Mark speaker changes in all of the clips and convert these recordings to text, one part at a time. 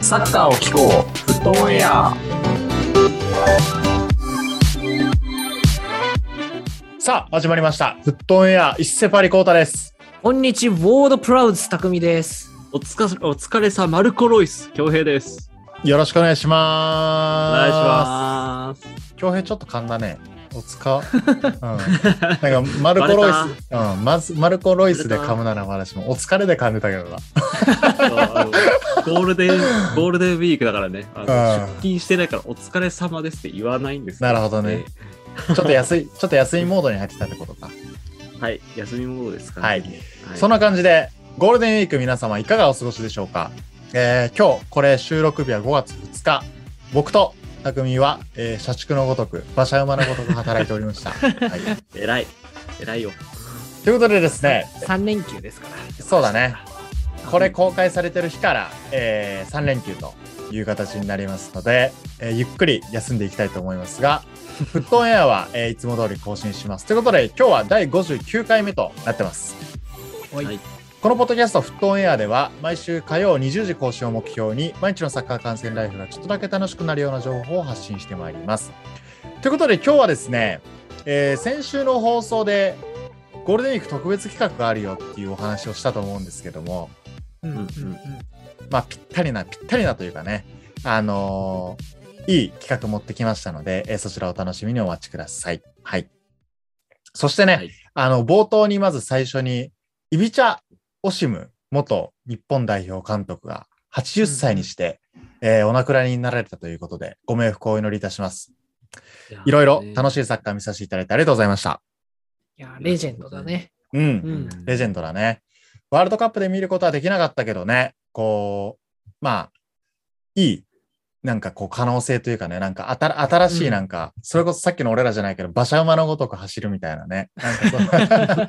Speaker 1: サッカーを聞こう、フットオンエア。
Speaker 2: さあ、始まりました。フットオンエア、一世パリコータです。
Speaker 3: こんにちは、ウォードプラウズ匠です。
Speaker 4: おつかお疲れさ、マルコ・ロイス、恭平です。
Speaker 2: よろしくお願いし
Speaker 4: お
Speaker 2: ま
Speaker 4: 願いし
Speaker 2: す。
Speaker 4: ます。
Speaker 2: す。京平ちょっと噛んだね。おつか。うん。 なんか、マルコ・ロイス、うん。まず、マルコ・ロイスで噛むならまだしも、お疲れで噛んでたけどな。
Speaker 4: そうあのゴールデン、ゴールデンウィークだからね、あの
Speaker 2: うん
Speaker 4: 出勤してないからお疲れ様ですって言わないんですよ
Speaker 2: なるほどね。ちょっと安い、ちょっと安いモードに入ってたってことか。
Speaker 4: ではい、休みモードですか、ね、
Speaker 2: はい
Speaker 4: はい
Speaker 2: そんな感じで、ゴールデンウィーク皆様いかがお過ごしでしょうか、えー今日、これ収録日は5月2日。僕と匠は、えー社畜のごとく、馬車馬のごとく働いており ました。はい。
Speaker 4: 偉い。偉いよ。
Speaker 2: ということでですね、
Speaker 3: 3連休ですから。
Speaker 2: そうだね。これ公開されてる日から、え3連休という形になりますので、えーゆっくり休んでいきたいと思います が、フットオンエアは、えーいつも通り更新します。ということで、今日は第59回目となってます。
Speaker 3: はい
Speaker 4: はい
Speaker 2: このポッドキャストフットオンエアでは毎週火曜20時更新を目標に毎日のサッカー観戦ライフがちょっとだけ楽しくなるような情報を発信してまいります。ということで今日はですね、えー先週の放送でゴールデンウィーク特別企画があるよっていうお話をしたと思うんですけども、
Speaker 3: うんうんうん
Speaker 2: まあぴったりなぴったりなというかね、あのーいい企画持ってきましたので、えーそちらを楽しみにお待ちください。はい。そしてね、
Speaker 4: はい
Speaker 2: あの、冒頭にまず最初に、イビチャ・オシム元日本代表監督が80歳にして、えーお亡くなりになられたということで、ご冥福をお祈りいたします。いろいろ楽
Speaker 4: し
Speaker 2: しいサッカー見させていただいてありがとうございました。
Speaker 3: いや、レジェンドだね。
Speaker 2: うん
Speaker 3: う。ん。
Speaker 2: レジェンドだね。ワールドカップで見ることはできなかったけどね、こう、まあ、いい、なんかこう可能性というかね、なんかあた新しいなんか、それこそさっきの俺らじゃないけど、馬車馬のごとく走るみたいなね。なんか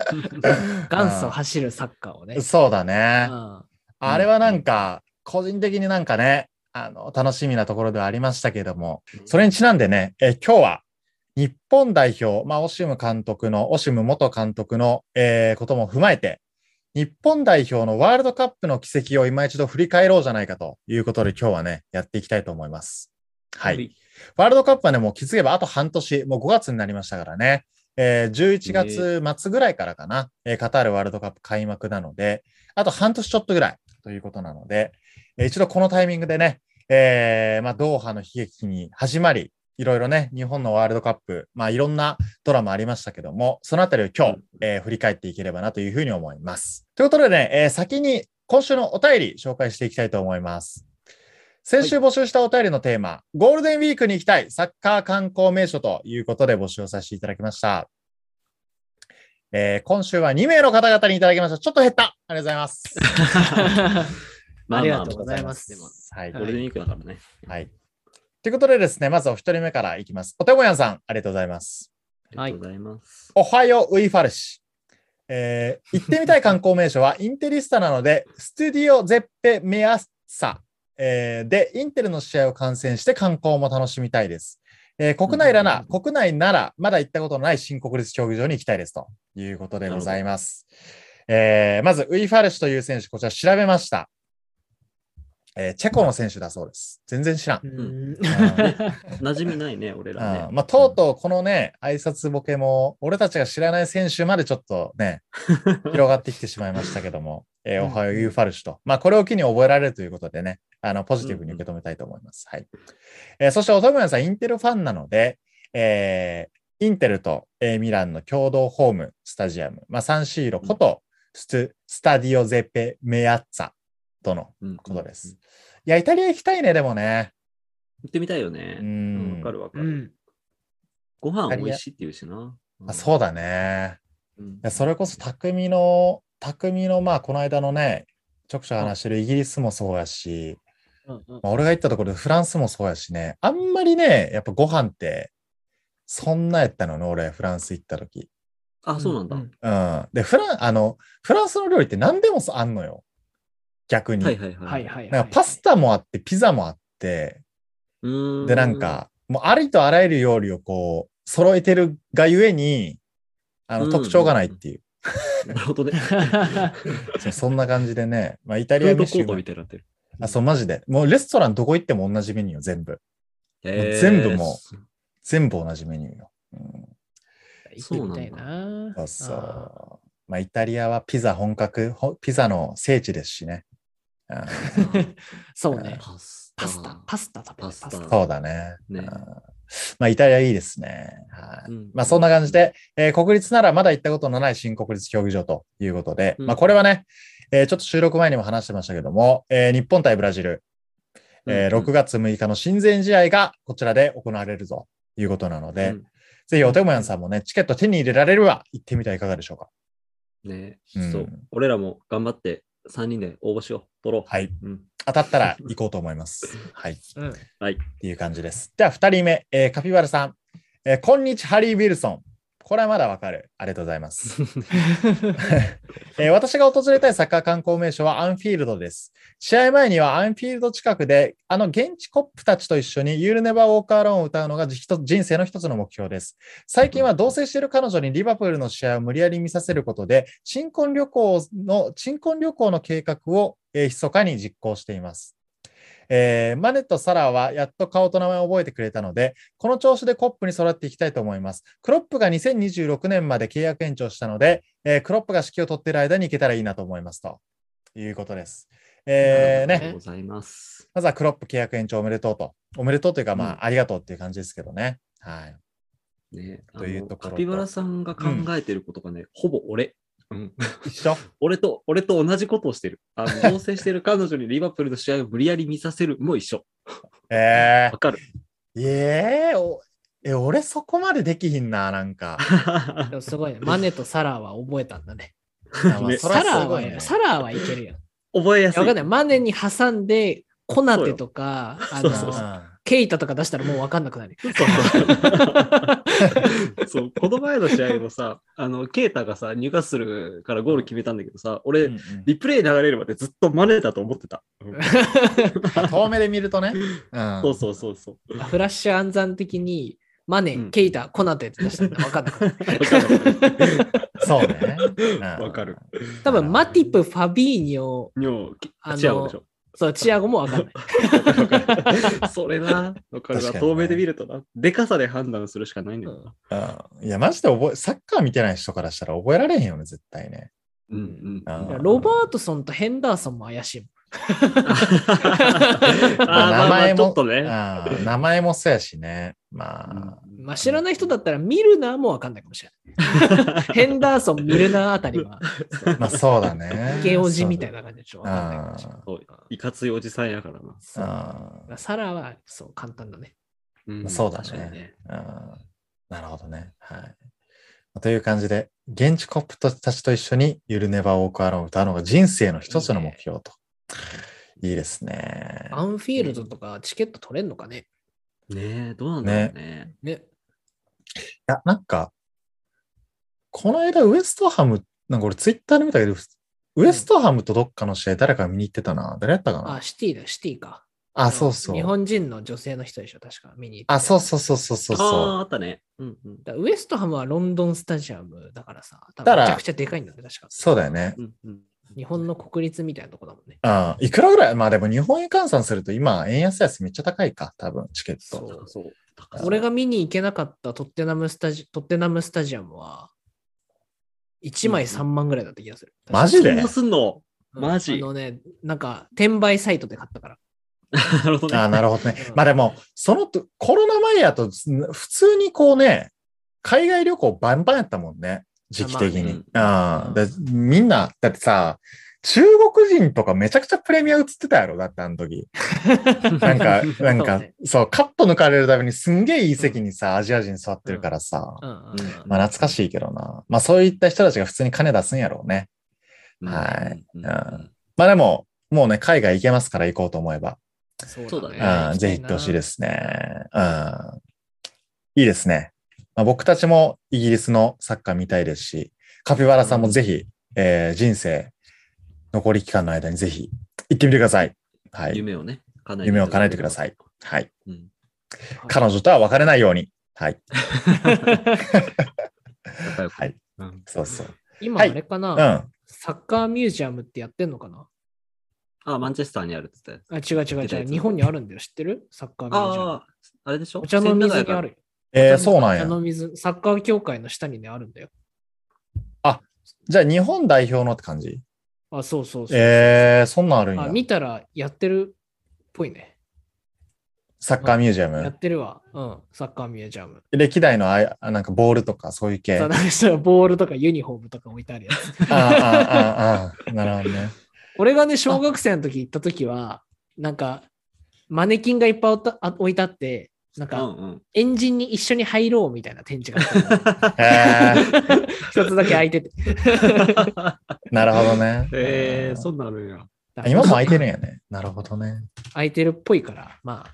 Speaker 3: 元祖走るサッカーを ね
Speaker 2: そう。そうだね。
Speaker 3: うん
Speaker 2: あれはなんか、個人的になんかね、あの、楽しみなところではありましたけれども、それにちなんでね、え今日は、日本代表、まあ、オシム監督の、オシム元監督の、えーことも踏まえて、日本代表のワールドカップの軌跡を今一度振り返ろうじゃないかということで、今日はね、やっていきたいと思います。はい。。 ワールドカップはね、もう気づけばあと半年、もう5月になりましたからね。えー11月末ぐらいからかな、えーカタールワールドカップ開幕なので、あと半年ちょっとぐらいということなので、えー一度このタイミングでね、えーまあ、ドーハの悲劇に始まり、いろいろね、日本のワールドカップ、まあ、いろんなドラマありましたけども、そのあたりを今日、えー振り返っていければなというふうに思います。ということでね、えー先に今週のお便り紹介していきたいと思います。先週募集したお便りのテーマ、ゴールデンウィークに行きたいサッカー観光名所ということで募集をさせていただきました。えー今週は2名の方々にいただきました。ちょっと減った。ありがとうございます。
Speaker 4: まあまあ
Speaker 3: ありがとうございます
Speaker 4: でも
Speaker 2: はい。
Speaker 4: ゴールデンウィークだからね。
Speaker 2: はい。ということでですね、まずお一人目からいきます。お手もやんさん、ありがとうございます。
Speaker 4: ありがとうございます。
Speaker 2: おはようウイファルシ。えー行ってみたい観光名所は インテリスタなので、ストゥディオゼッペメアッサ、えーでインテルの試合を観戦して観光も楽しみたいです。えー国内らな、国内ならまだ行ったことのない新国立競技場に行きたいですということでございます。えーまず、ウイファルシという選手、こちら調べました。えーチェコの選手だそうです。全然知らん。
Speaker 3: う
Speaker 2: うん
Speaker 3: ん
Speaker 4: 馴染みないね、俺らね
Speaker 2: う。んまあ、とうとうこのね、挨拶ボケも、俺たちが知らない選手までちょっと ね、広がってきてしまいましたけども、えー
Speaker 3: うん
Speaker 2: おはようユーファルシュと、まあ、これを機に覚えられるということでね、あのポジティブに受け止めたいと思います。はいえーそして、おとむやさん、インテルファンなので、えーインテルと、えーミランの共同ホームスタジアム、まあ、サンシーロことストゥ、スタディオ・ゼッペ・メアッツァとの
Speaker 4: うん
Speaker 2: ことです。いや、イタリア行きたいね、でもね。
Speaker 4: 行ってみたいよ
Speaker 2: う
Speaker 4: ね。うん
Speaker 2: ん
Speaker 4: わかるわか
Speaker 3: う
Speaker 4: る。
Speaker 3: ん。
Speaker 4: ご飯美味しいって言うしな。
Speaker 2: あそうだね。
Speaker 4: うん
Speaker 2: いやそれこそ匠の匠のまあこの間のねちょくちょく話してるイギリスもそうやし、
Speaker 3: うんうん
Speaker 2: まあ、俺が行ったところでフランスもそうやしねあんまりねやっぱご飯ってそんなやったのね俺フランス行った時
Speaker 4: あ、そうなんだ。
Speaker 3: うん
Speaker 2: うんでフランあのフランスの料理って何でもそあんのよ逆に、
Speaker 4: はいはいはい。
Speaker 3: はいはいはい。
Speaker 2: なんかパスタもあってピザもあって
Speaker 4: うーん
Speaker 2: でなん、かもうありとあらゆる料理をこう揃えてるがゆえにあ
Speaker 4: う
Speaker 2: の
Speaker 4: ん
Speaker 2: 特徴がないっていう、
Speaker 4: なるほどね。
Speaker 2: そうそんな感じでね、まあ、イタ
Speaker 4: フ
Speaker 2: リア
Speaker 4: ード
Speaker 2: ミ
Speaker 4: コ
Speaker 2: シュ
Speaker 4: ート
Speaker 2: ラン
Speaker 4: みたいになってる。
Speaker 2: あ、そう、マジで。もうレストランどこ行っても同じメニューよ、全部。
Speaker 4: へー
Speaker 2: 全部も全部同じメニューよ。うん
Speaker 3: 行ってみたいな。
Speaker 2: そうそ
Speaker 3: あー
Speaker 2: う。まあ、イタリアはピザ本格、ほピザの聖地ですしね。うん
Speaker 3: そうね。
Speaker 4: パスタ。
Speaker 3: パスタ、パスタ食べたい
Speaker 4: パスタ
Speaker 2: そうだね。
Speaker 4: ね
Speaker 2: うんまあ、イタリアいいですね。はい
Speaker 4: うん
Speaker 2: まあ、そんな感じで、えー国立ならまだ行ったことのない新国立競技場ということで、
Speaker 4: うん
Speaker 2: まあ、これはね、えーちょっと収録前にも話してましたけども、えー日本対ブラジル、え
Speaker 4: うん
Speaker 2: 6月6日の親善試合がこちらで行われるということなので、
Speaker 4: うん
Speaker 2: ぜひお手もやんさんもね、チケット手に入れられるわ、行ってみてはいかがでしょうか。
Speaker 4: ね、
Speaker 2: うん
Speaker 4: そう。俺らも頑張って3人で応募しよう。取ろう。
Speaker 2: はい。
Speaker 4: うん。
Speaker 2: 当たったら行こうと思います。はい。
Speaker 3: うん。
Speaker 2: っていう感じです。では、2人目、えーカピバラさん、えーこんにちは、ハリー・ウィルソン。これはまだわかる。ありがとうございます。えー私が訪れたいサッカー観光名所はアンフィールドです。試合前にはアンフィールド近くで、あの現地コップたちと一緒に You'll Never Walk Alone を歌うのがひと人生の一つの目標です。最近は同棲している彼女にリバプールの試合を無理やり見させることで、新婚旅行の、新婚旅行の計画を、えー密かに実行しています。えーマネとサラはやっと顔と名前を覚えてくれたので、この調子でコップに育っていきたいと思います。クロップが2026年まで契約延長したので、えークロップが指揮を取っている間に行けたらいいなと思いますということです。えー
Speaker 4: あ
Speaker 2: ね
Speaker 4: りがとうございます。
Speaker 2: まずはクロップ契約延長おめでとうと。おめでとうというか、まあ、
Speaker 4: う
Speaker 2: ありがとうっていう感じですけどね。はい。
Speaker 4: ね、あ
Speaker 2: というと
Speaker 4: の
Speaker 2: ころと
Speaker 4: カピバラさんが考えてることがね、ほぼ俺。うん、
Speaker 2: 一緒
Speaker 4: 俺と、俺と同じことをしてる。あの、同棲してる彼女にリバプールの試合を無理やり見させるも一緒。
Speaker 2: え
Speaker 4: わかる。
Speaker 2: ー、えー、おえ、俺そこまでできひんな、な んか。
Speaker 3: でもすごいね。マネとサラは覚えたんだね。
Speaker 2: まあまあ
Speaker 4: ね
Speaker 2: そりゃ
Speaker 3: サラ
Speaker 2: す
Speaker 3: は
Speaker 2: ごいね
Speaker 3: サラはいけるよ。
Speaker 4: 覚えやす
Speaker 3: わ
Speaker 4: い。
Speaker 3: かんない。マネに挟んで、コナテとか、あ
Speaker 4: そう
Speaker 3: の
Speaker 4: よそうそう
Speaker 2: うん
Speaker 3: ケイタとか出したらもうわかんなくなる。
Speaker 4: そうそうこの前の試合もさ、あの、ケータがさ、入荷するからゴール決めたんだけどさ、俺、
Speaker 2: うんうん
Speaker 4: リプレイ流れるまでずっとマネだと思ってた。
Speaker 2: まあ遠目で見るとね。うん
Speaker 4: そうそうそうそう。
Speaker 3: フラッシュ暗算的に、マネ、
Speaker 4: うん
Speaker 3: ケイタ、コナテって出したらわかんなくな
Speaker 4: わ
Speaker 3: る。
Speaker 4: か る
Speaker 2: そうね。うん
Speaker 4: わかる。
Speaker 3: 多分、マティプ、ファビーニョ、
Speaker 4: 尿、
Speaker 3: あの
Speaker 4: 違うでしょ。
Speaker 3: そう、チアゴもわかんない。
Speaker 4: それな、わかる
Speaker 2: 確か
Speaker 4: な。
Speaker 2: にね
Speaker 4: 透明で見るとな。でかさで判断するしかないんだ
Speaker 3: う
Speaker 4: よ
Speaker 3: ん
Speaker 4: な。
Speaker 2: うんいや、マジで覚え、サッカー見てない人からしたら覚えられへんよね、絶対ね。
Speaker 4: うんうん。
Speaker 2: あー
Speaker 3: ロバートソンとヘンダーソンも怪しいもん。
Speaker 2: まあ
Speaker 4: 名前も。ちょっとね。
Speaker 2: うん名前もそうやしね。まあ、
Speaker 3: まあ、知らない人だったら、ミルナーもわかんないかもしれない。 ヘンダーソン、ミルナーあたりは、
Speaker 2: まあそうだね。
Speaker 3: ゲオジみたいな感じでしょ。わかんないかもしれない
Speaker 2: あ
Speaker 4: そういかついおじさんやからな。
Speaker 3: そう
Speaker 2: あ
Speaker 3: まあサラは、そう、簡単だね。
Speaker 4: うん
Speaker 2: そうだね
Speaker 4: 確かにね。
Speaker 2: あなるほどね。はい。という感じで、現地コップたちと一緒にゆるねばをくあろう歌うのが人生の一つの目標と。いいですね。
Speaker 3: アンフィールドとかチケット取れんのかね。
Speaker 4: ねえ、どうなんだろうね。
Speaker 3: ね。
Speaker 2: いや、なんか、この間ウエストハム、なんか俺ツイッターで見たけど、ウエストハムとどっかの試合誰か見に行ってたな。誰やったかな
Speaker 3: あ、シティだ、シティか。
Speaker 2: あ、そうそ
Speaker 3: 日
Speaker 2: う。
Speaker 3: 本人の女性の人でしょ、確か。見に行って
Speaker 2: あ、そうそうそうそうそう
Speaker 4: あ
Speaker 2: そ
Speaker 4: あ、あったね。うんうん。
Speaker 3: だからウエストハムはロンドンスタジアムだからさ、多
Speaker 2: だ
Speaker 3: 分
Speaker 2: から
Speaker 3: めちゃくちゃでかいんだね、確
Speaker 2: う。。
Speaker 3: か
Speaker 2: そうだよね。
Speaker 4: うんうん
Speaker 3: 日本の国立みたいなとこだもんね。
Speaker 2: あいくらぐらいまあでも日本円換算すると今、円安安めっちゃ高いか、多分、チケッ
Speaker 3: そ
Speaker 2: ト。
Speaker 3: う
Speaker 4: そう。高さ
Speaker 3: 俺が見に行けなかったトッテナムスタジトッテナムスタジアムは、1枚3万ぐらいだった気がする。
Speaker 2: マジで
Speaker 4: そんなすんの
Speaker 3: うん
Speaker 4: マジ
Speaker 3: あのね、なんか、転売サイトで買ったから。
Speaker 4: なるほど
Speaker 2: あ
Speaker 4: ね。
Speaker 2: あ、なるほどね
Speaker 3: う。ん
Speaker 2: まあでも、そのと、コロナ前やと、す普通にこうね、海外旅行バンバンやったもんね、時期的に。
Speaker 3: まあ
Speaker 2: あ
Speaker 3: ね
Speaker 2: あ、だみんな、だってさ、中国人とかめちゃくちゃプレミア映ってたやろ、だってあの 時。なんか、なん
Speaker 3: そう
Speaker 2: か
Speaker 3: ね、
Speaker 2: そう、カット抜かれるためにすんげえいい席にさ、アジア人座ってるからさ。
Speaker 3: うんうんうん
Speaker 4: うん
Speaker 2: まあ懐かしいけどな。まあそういった人たちが普通に金出すんやろうね。
Speaker 4: うん
Speaker 2: はい
Speaker 4: うん
Speaker 2: うんまあでも、もうね、海外行けますから行こうと思えば、
Speaker 3: そうだね。
Speaker 4: そうだ
Speaker 2: うん、ぜひ行ってほしいですすね。うん、いいですね。まあ、僕たちもイギリスのサッカー見たいですし、カピバラさんもぜひ、えー人生、残り期間の間にぜひ行ってみてください。はい。
Speaker 4: 夢をね、叶
Speaker 2: 夢を叶えてください。。はい。
Speaker 4: うん
Speaker 3: はい
Speaker 2: 彼女とは別れないように。はい。
Speaker 4: 仲良く
Speaker 2: はい
Speaker 4: うん
Speaker 2: そうそう。
Speaker 3: 今あれか
Speaker 2: うん。
Speaker 3: な、
Speaker 2: あ
Speaker 3: サッカーミュージアムってやってんのかな
Speaker 4: あ、マンチェスターにあるって言ったやつ。
Speaker 3: あ、違う違
Speaker 4: 出
Speaker 3: う
Speaker 4: た
Speaker 3: 違
Speaker 4: や
Speaker 3: う。
Speaker 4: つ
Speaker 3: 日本にあるんだよ。知ってるサッカーミュージアム。
Speaker 4: ああ、あれでしょ
Speaker 3: お茶の水にあるよ。
Speaker 2: えー、そうなんや
Speaker 3: お茶。の水、サッカー協会の下にね、あるんだよ。
Speaker 2: じゃあ日本代表のって感じ
Speaker 3: あ、そうそうそう。
Speaker 2: えー、そんなんあるん
Speaker 3: あ
Speaker 2: や。
Speaker 3: 見たらやってるっぽいね。
Speaker 2: サッカーミュージア
Speaker 3: や
Speaker 2: ム。
Speaker 3: ってるわ。うん。サッカーミュージアム。
Speaker 2: 歴代のあいあなんかボールとかそういう系。
Speaker 3: さ
Speaker 2: あ
Speaker 3: なんかそのボールとかユニフォームとか置いてあるや つ。
Speaker 2: あ、ああ、ああ、なるほどね。
Speaker 3: 俺がね、小学生の時行った時は、なんか、マネキンがいっぱいおったあ置いてあって、なん
Speaker 4: うん
Speaker 3: か、
Speaker 4: うん。。
Speaker 3: エンジンに一緒に入ろうみたいな展示があった の
Speaker 2: えー、
Speaker 3: 一つだけ空いてて。
Speaker 2: なるほどね
Speaker 4: えー、そんなのあるんや。
Speaker 2: あ今も空いてるんやね。なるほどね。
Speaker 3: 空いてるっぽいから、ま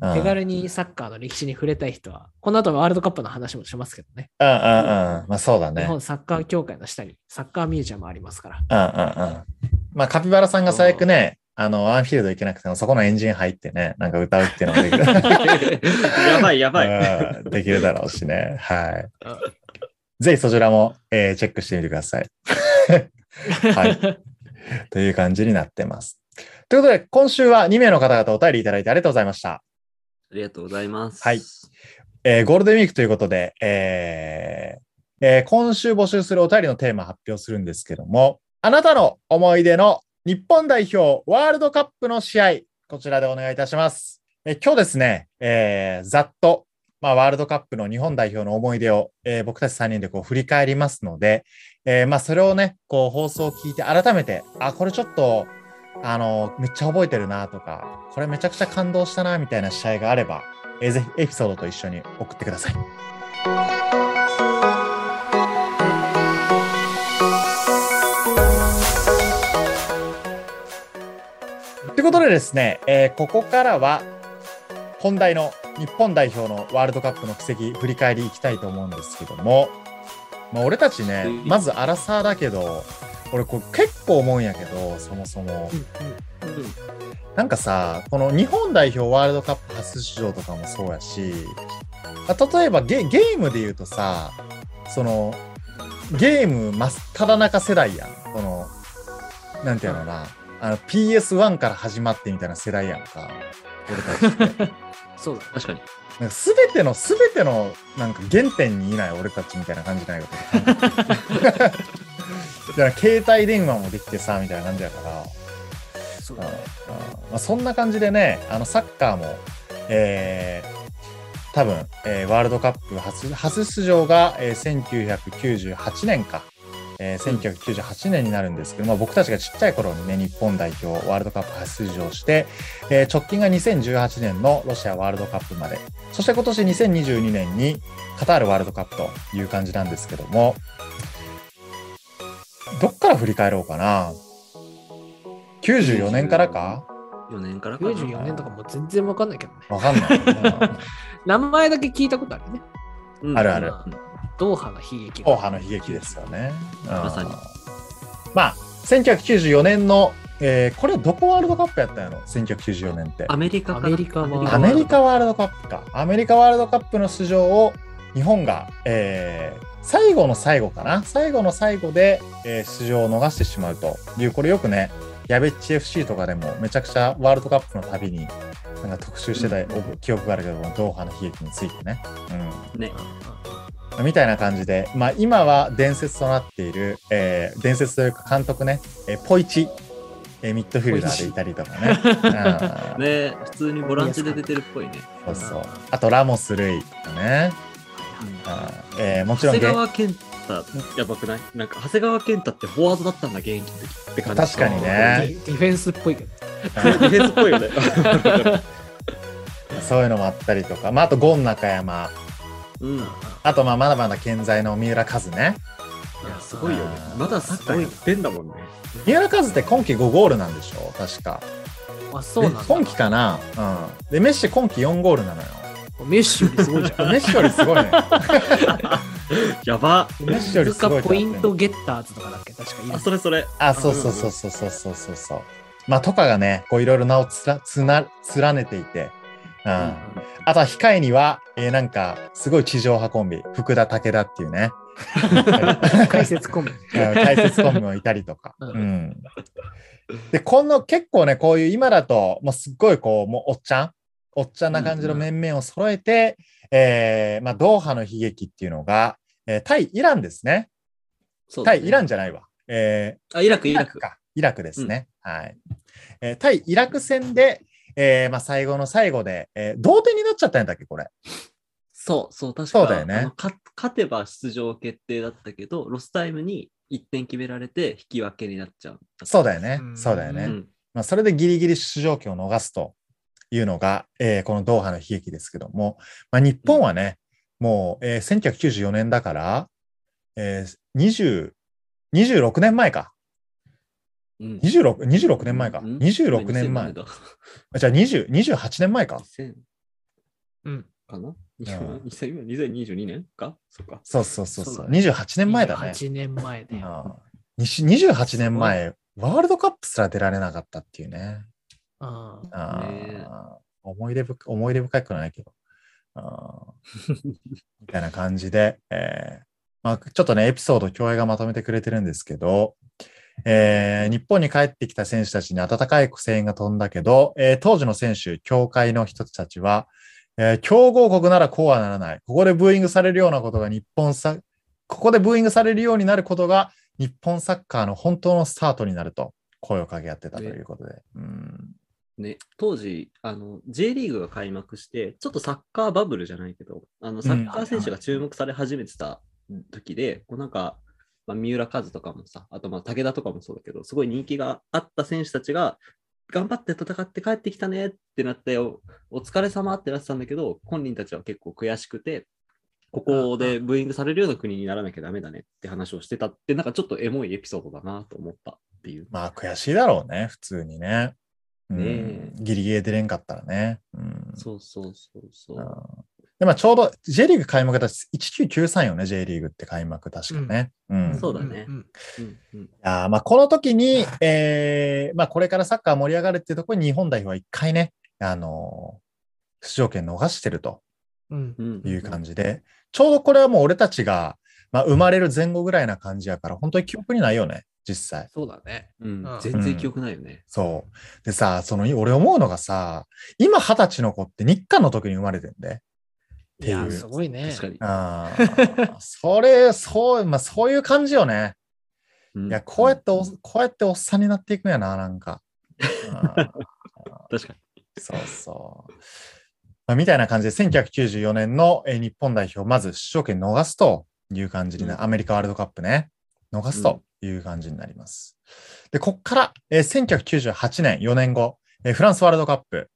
Speaker 3: あ、
Speaker 2: うん
Speaker 3: 手軽にサッカーの歴史に触れたい人は、この後ワールドカップの話もしますけどね。
Speaker 2: うんうんうん。まあそうだ
Speaker 3: 日
Speaker 2: ね。うんうんうん。
Speaker 3: 本サッカー協会の下にサッカーミュージアムありますから。
Speaker 2: まあカピバラさんが最悪ね、あの、アンフィールド行けなくてもそこのエンジン入ってね、なんか歌うっていうのがで きる。
Speaker 4: やばいやばい。
Speaker 2: うん できるだろうしね。はい。ぜひそちらも、えーチェックしてみてください。 はい。という感じになってます。ということで、今週は2名の方々お便りいただいてありがとうございました。
Speaker 4: ありがとうございます。
Speaker 2: はいえーゴールデンウィークということで、えーえー今週募集するお便りのテーマ発表するんですけども、あなたの思い出の日本代表ワールドカップの試合、こちらでお願いいたします。えー今日ですね、えーざっと、まあ、ワールドカップの日本代表の思い出を、えー僕たち3人でこう振り返りますので、えーまあ、それをね、こう放送を聞いて改めて、あ、これちょっと、あのめっちゃ覚えてるなとか、これめちゃくちゃ感動したなみたいな試合があれば、えーぜひエピソードと一緒に送ってください。ということでですね、えーここからは本題の日本代表のワールドカップの奇跡振り返りいきたいと思うんですけども、まあ、俺たちね
Speaker 4: うん
Speaker 2: まずアラサーだけど俺これ結構思うんやけどそもそも
Speaker 4: うん
Speaker 2: なんかさ、この日本代表ワールドカップ初出場とかもそうやし、まあ例えばゲゲームで言うとさ、その、ゲーム真っただ中世代やん。この、なんていうのかな、あの PS1 から始まってみたいな世代やんか。俺たちって。
Speaker 3: そうだ。
Speaker 4: 確かに。
Speaker 2: なんか全ての全てのなんか原点にいない俺たちみたいな感じないかとだ から携帯電話もできてさみたいな感じやから。
Speaker 3: そう
Speaker 2: うん
Speaker 3: だ
Speaker 2: うんまあ、そんな感じでね、あのサッカーも、えー多分、えーワールドカップ初初出場が、えー1998年か、えー1998年になるんですけど、まあ、僕たちがちっちゃい頃にね、日本代表ワールドカップ初出場して、えー直近が2018年のロシアワールドカップまで、そして今年2022年にカタールワールドカップという感じなんですけども、どっから振り返ろうかな。94年からか
Speaker 4: 4年からかな。
Speaker 3: 94年とかもう全然わかんないけどね。
Speaker 2: わかんない。
Speaker 3: 名前だけ聞いたことあるよね。
Speaker 4: うん
Speaker 2: あるある
Speaker 4: うん
Speaker 3: ドーハの悲劇が。
Speaker 2: 後半の悲劇ですよね。うん
Speaker 4: まさに
Speaker 2: まあ、1994年の、えーこれどこワールドカップやったんやろ ?1994 年って。
Speaker 4: アメリカかな
Speaker 3: アメリカは
Speaker 2: アメリカワールドカップか。アメリカワールドカップの出場を日本が、えー最後の最後かな。最後の最後で、えー出場を逃してしまうという、これよくね、やべっち FC とかでもめちゃくちゃワールドカップのたびになんか特集してた記憶があるけど、ドーハの悲劇についてね。うん
Speaker 4: ね。
Speaker 2: みたいな感じで、まあ、今は伝説となっている、えー伝説というか監督ね、えーポイチ、えーミッドフィルダーでいたりとかね。うん
Speaker 4: ね普通にボランチで出てるっぽいね。
Speaker 2: そうそうあと、ラモス・ルイとかね。うんえーもち
Speaker 4: 長
Speaker 2: ろ
Speaker 4: 谷
Speaker 2: んゲ、
Speaker 4: 川健太、やばくないなんか、長谷川健太ってフォワードだったんだ、現役の時って感じ。
Speaker 2: 確かにね
Speaker 3: ディディフェンスっぽいけど。
Speaker 4: ディフェンスっぽいよね。
Speaker 2: うんそういうのもあったりとか、まあ、あと、ゴン中山、
Speaker 4: うん。い
Speaker 2: あと、まあ、まだまだ健在の三浦和ね。
Speaker 4: や、すごいよね。まだサッカーやってんだもんね。
Speaker 2: 三浦和って今季5ゴールなんでしょ確か。
Speaker 3: あ、そうなんだ。
Speaker 2: 今季かな、うん、で、メッシ今季4ゴールなのよ。
Speaker 3: メッシよりすごいじゃん。
Speaker 2: メッシよりすごい ね。
Speaker 4: やば。
Speaker 2: メッシよりす
Speaker 3: 鈴
Speaker 2: ごい
Speaker 3: 鹿
Speaker 2: と
Speaker 3: ポ
Speaker 2: 思っ
Speaker 3: イ
Speaker 2: てんの
Speaker 3: ントゲッターズとかだっけ確かい い
Speaker 4: あ、それそれ。
Speaker 2: あ、そうそうそうそうそうそうそうそう。まあ、とかがね、こういろいろ名をつらつな連ねていて、うん。あとは控えには、えーなんか、すごい地上派コンビ、福田武田っていうね、
Speaker 3: 解説コメント。
Speaker 2: うん解説コンビもいたりとか、
Speaker 3: う
Speaker 2: うんん。で、この結構ね、こういう今だと、もうすっごいこう、もうおっちゃん、おっちゃんな感じの
Speaker 4: うんう
Speaker 2: 面々を揃えて、えーまあ、ドーハの悲劇っていうのが、えー対イランですね。
Speaker 4: そうだね
Speaker 2: 対イランじゃないわ。え
Speaker 4: あ、イラク、イ
Speaker 2: ーイ
Speaker 4: ラ
Speaker 2: ラ
Speaker 4: ク
Speaker 2: ク。か。イラクですね。はい。えー対イラク戦で、えーまあ、最後の最後で、えー同点になっちゃったんだっけ、これ。
Speaker 4: そう、そう、確か
Speaker 2: そうだよね
Speaker 4: あのか勝てば出場決定だったけど、ロスタイムに1点決められて引き分けになっちゃう。
Speaker 2: そうだよね
Speaker 3: う。ん
Speaker 2: そうだよね。
Speaker 4: う
Speaker 3: ね
Speaker 4: ん。
Speaker 2: まあ、それでギリギリ出場権を逃すというのが、えーこのドーハの悲劇ですけども、まあ、日本はね、もう、えー1994年だから、えー20 26年前か。
Speaker 4: うん、
Speaker 2: 26, 26年前か。
Speaker 4: うん
Speaker 2: 26年前。
Speaker 4: だ。
Speaker 2: あじゃあ20 28年前か。
Speaker 4: 2000
Speaker 3: うん。
Speaker 4: かな
Speaker 2: うん
Speaker 4: 2000今2022年かそっか。
Speaker 2: そうそうそう
Speaker 4: そ
Speaker 2: そうう。
Speaker 4: だね
Speaker 2: 28年前だね。
Speaker 3: 8年前だよ。
Speaker 2: あ28年前、ワールドカップすら出られなかったっていうね。
Speaker 3: ああ
Speaker 2: あー
Speaker 4: ねえ
Speaker 2: 思い出ぶ思い出深くはないけど。あーみたいな感じで、えーまあ、ちょっとね、エピソード、競泳がまとめてくれてるんですけど、えー日本に帰ってきた選手たちに温かい声援が飛んだけど、えー当時の選手、協会の人たちは、えー強豪国ならこうはならない。ここでブーイングされるようなことが日本サ、ここでブーイングされるようになることが日本サッカーの本当のスタートになると声を掛け合ってたということで。うん
Speaker 4: ね、当時あの、J リーグが開幕して、ちょっとサッカーバブルじゃないけど、あのサッカー選手が注目され始めてた時で、こうなんか、まあ、三浦和とかもさ、あとまあ武田とかもそうだけど、すごい人気があった選手たちが、頑張って戦って帰ってきたねってなったよ、お疲れ様ってなってたんだけど、本人たちは結構悔しくて、ここでブーイングされるような国にならなきゃダメだねって話をしてたって、なんかちょっとエモいエピソードだなと思ったっていう。
Speaker 2: まあ悔しいだろうね、普通にね。うん
Speaker 4: ねえ
Speaker 2: ギリギリで出れんかったらね。うん
Speaker 4: そうそうそうそう
Speaker 2: う。んでまあ、ちょうど J リーグ開幕だし、1993よね、J リーグって開幕、確かね。うん
Speaker 4: そうだね
Speaker 3: んん
Speaker 4: うんうん
Speaker 2: いやーまあこの時に、えーまあ、これからサッカー盛り上がるっていうところに日本代表は一回ね、あのー出場権逃してると
Speaker 3: うん。
Speaker 4: うん
Speaker 2: いう感じで、ちょうどこれはもう俺たちが、まあ、生まれる前後ぐらいな感じやから、本当に記憶にないよね、実際。
Speaker 3: そうだね。
Speaker 4: うん
Speaker 3: うん
Speaker 4: 全然記憶ないよね。
Speaker 2: そう。でさ、その、俺思うのがさ、今二十歳の子って日韓の時に生まれてんで。って
Speaker 3: い
Speaker 2: いう
Speaker 3: や、すごいね。
Speaker 4: 確かに。
Speaker 2: ああ。それ、そう、まあそういう感じよね。
Speaker 4: うん
Speaker 2: いや、こうやってお、こうやっておっさんになっていくんやな、なんか。うん
Speaker 4: 確かに。
Speaker 2: そうそう。まあ、みたいな感じで、1994年の、えー日本代表、まず出場権逃すという感じにな
Speaker 4: うん
Speaker 2: アメリカワールドカップね、逃すという感じになります。で、こっから、えー1998年、4年後、えーフランスワールドカップ。